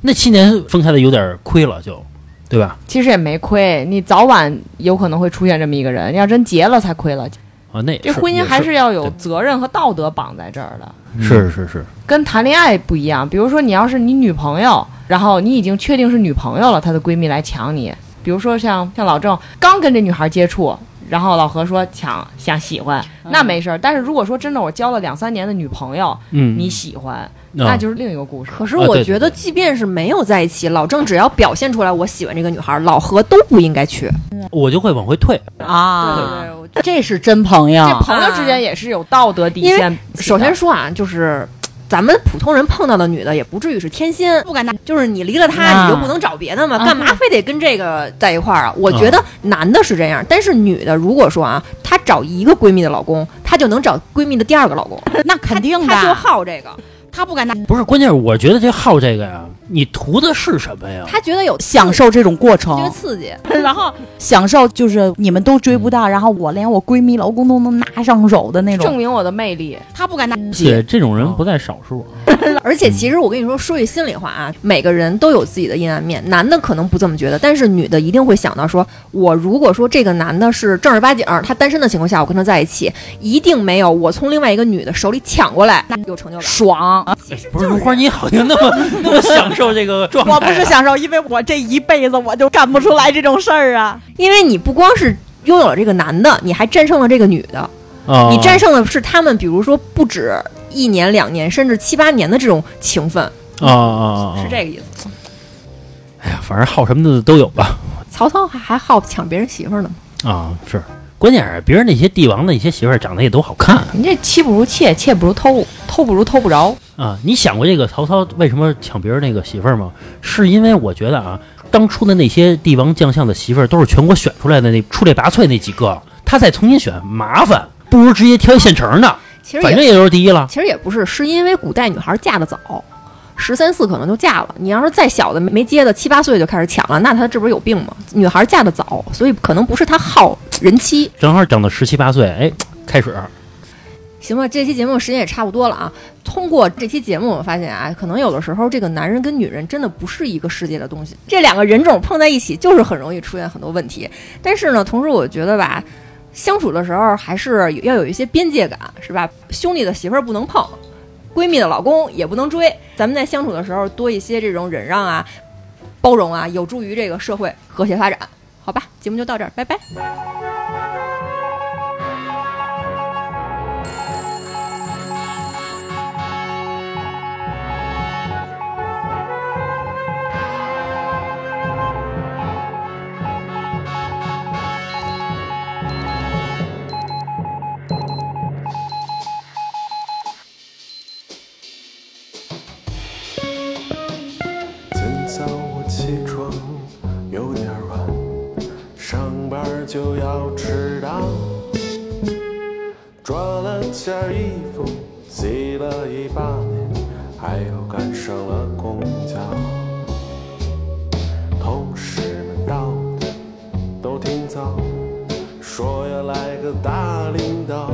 [SPEAKER 5] 那七年分开的有点亏了就，对吧？
[SPEAKER 4] 其实也没亏，你早晚有可能会出现这么一个人，要真结了才亏了。
[SPEAKER 5] 啊，那也
[SPEAKER 4] 这
[SPEAKER 5] 是嗯
[SPEAKER 4] 婚姻
[SPEAKER 5] 也
[SPEAKER 4] 还是要有
[SPEAKER 5] 对
[SPEAKER 4] 责任和道德绑在这儿的。
[SPEAKER 5] 是是是，
[SPEAKER 4] 跟谈恋爱不一样。比如说，你要是你女朋友，然后你已经确定是女朋友了，她的闺蜜来抢你，比如说像像老郑刚跟这女孩接触。然后老何说抢想喜欢，那没事儿。但是如果说真的我交了两三年的女朋友，
[SPEAKER 5] 嗯，
[SPEAKER 4] 你喜欢，
[SPEAKER 5] 啊
[SPEAKER 4] 那就是另一个故事。
[SPEAKER 1] 可是
[SPEAKER 5] 啊
[SPEAKER 1] 我
[SPEAKER 5] 对
[SPEAKER 1] 觉
[SPEAKER 5] 对
[SPEAKER 1] 得，
[SPEAKER 5] 对
[SPEAKER 1] 即便是没有在一起，老郑只要表现出来我喜欢这个女孩，老何都不应该去。
[SPEAKER 5] 我就会往回退。
[SPEAKER 3] 啊，
[SPEAKER 1] 对
[SPEAKER 3] 这是真朋友
[SPEAKER 4] 这。朋友之间也是有道德底
[SPEAKER 1] 因为
[SPEAKER 4] 线。
[SPEAKER 1] 首先，说啊，就是咱们普通人碰到的女的也不至于是天仙，
[SPEAKER 3] 不敢拿，
[SPEAKER 1] 就是你离了她，
[SPEAKER 3] 啊
[SPEAKER 1] 你就不能找别的嘛，
[SPEAKER 3] 啊
[SPEAKER 1] 干嘛非得跟这个在一块儿啊？我觉得男的是这样，但是女的如果说啊，她找一个闺蜜的老公，她就能找闺蜜的第二个老公，
[SPEAKER 3] 那肯定
[SPEAKER 1] 她就
[SPEAKER 3] 的，
[SPEAKER 1] 好这个，
[SPEAKER 3] 他不敢
[SPEAKER 4] 嗯
[SPEAKER 3] 拿，
[SPEAKER 5] 不是，关键是我觉得这好这个呀，你图的是什么呀？
[SPEAKER 1] 她觉得有
[SPEAKER 3] 享，受这种过
[SPEAKER 1] 觉得
[SPEAKER 3] 程，
[SPEAKER 1] 刺激。
[SPEAKER 3] 然后享受就是你们都追不到，然后我连我闺蜜、老公都能拿上手的那
[SPEAKER 4] 证
[SPEAKER 3] 种，
[SPEAKER 4] 明我的魅力，
[SPEAKER 3] 他不敢拿。
[SPEAKER 2] 且这种
[SPEAKER 5] 啊
[SPEAKER 2] 人不在少数，
[SPEAKER 1] 而且其实我跟你说，说句心里话啊，每个人都有自己的阴暗面，男的可能不这么觉得，但是女的一定会想到说，我如果说这个男的是正儿八经儿，他单身的情况下，我跟他在一起，一定没有我从另外一个女的手里抢过来有成就感。
[SPEAKER 3] 爽！
[SPEAKER 1] 其实
[SPEAKER 5] 不
[SPEAKER 1] 就是是
[SPEAKER 5] 如
[SPEAKER 1] 这
[SPEAKER 5] 花，
[SPEAKER 1] 样
[SPEAKER 5] 你好像那么 那么享受这个状态啊、
[SPEAKER 3] 我不是享受，因为我这一辈子我就干不出来这种事儿啊。
[SPEAKER 1] 因为你不光是拥有了这个男的，你还战胜了这个女的，
[SPEAKER 5] 啊，
[SPEAKER 1] 你战胜的是他们，比如说不止一年、两年，甚至七八年的这种情分，
[SPEAKER 5] 啊啊啊！
[SPEAKER 1] 是这个意思。
[SPEAKER 5] 哎呀，反正好什么的都有吧。
[SPEAKER 1] 曹操还还好抢别人媳妇儿呢，
[SPEAKER 5] 啊，是，关键是别人那些帝王的一些媳妇儿长得也都好看
[SPEAKER 4] 你这妻不如妾，妾不如偷，偷不如偷不着。
[SPEAKER 5] 啊。你想过这个曹操为什么抢别人那个媳妇儿吗？是因为我觉得啊，当初的那些帝王将相的媳妇儿都是全国选出来的那出类拔萃那几个，他再重新选麻烦，不如直接挑一现成的，
[SPEAKER 1] 其实
[SPEAKER 5] 反
[SPEAKER 1] 也
[SPEAKER 5] 正也就是第一了。
[SPEAKER 1] 其实也不是，是因为古代女孩嫁得早，十三四可能就嫁了。你要是再小的没没接的，七八岁就开始抢了，那她这不是有病吗？女孩嫁得早，所以可能不是她好人妻。
[SPEAKER 5] 正好长到十七八岁，哎，开始
[SPEAKER 1] 行吧，这期节目时间也差不多了啊。通过这期节目，我发现啊，可能有的时候这个男人跟女人真的不是一个世界的东西，这两个人种碰在一起，就是很容易出现很多问题。但是呢，同时我觉得吧，相处的时候还是要有一些边界感，是吧？兄弟的媳妇儿不能碰，闺蜜的老公也不能追。咱们在相处的时候多一些这种忍让啊、包容啊，有助于这个社会和谐发展。好吧，节目就到这儿，拜拜。
[SPEAKER 7] 今早我起床有点晚，上班就要迟到。抓了件衣服，洗了一把脸，还又赶上了公交。同事们到的都挺早，说要来个大领导。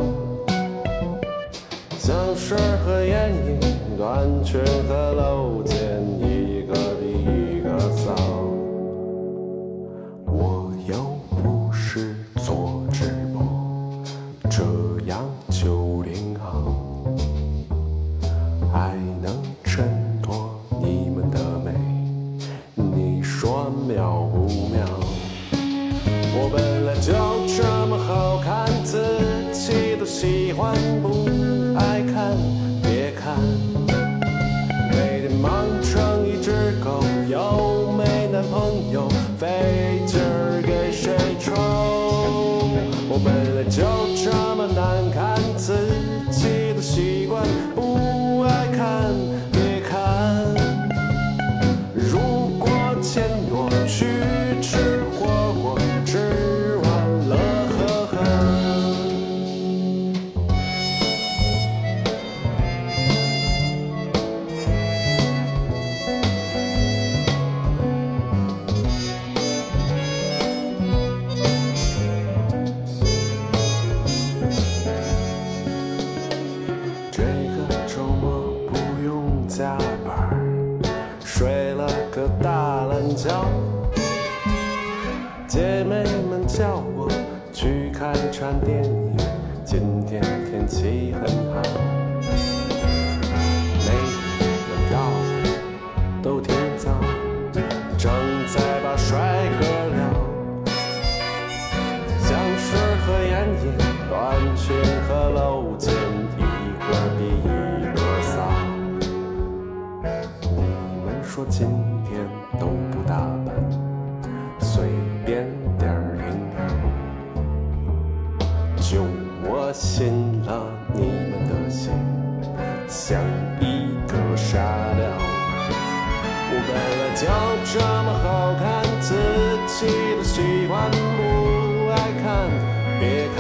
[SPEAKER 7] 香水儿和眼影，短裙和露肩，一个比一个骚。我又不是做直播，这样就挺好，还能衬托你们的美，你说妙不妙？我本来就这么好看，自己都喜欢不爱看，别看。每天忙成一只狗，又没男朋友，费劲儿给谁抽？我本来就这么难看，自己都习惯不爱看，别看。如果钱多，去吃火锅，吃完了喝喝。这个周末不用加班儿，睡了个大懒觉。姐妹们叫我去看场电影，今天天气很好。妹们到的都挺早，正在把帅哥聊。香水和眼影，短裙和露肩，一个比一个骚。你们说今天都不打扮，随便点儿挺好。就我信了你们的邪，像一个傻屌。我本来就这么好看，自己都喜欢不爱看，别看。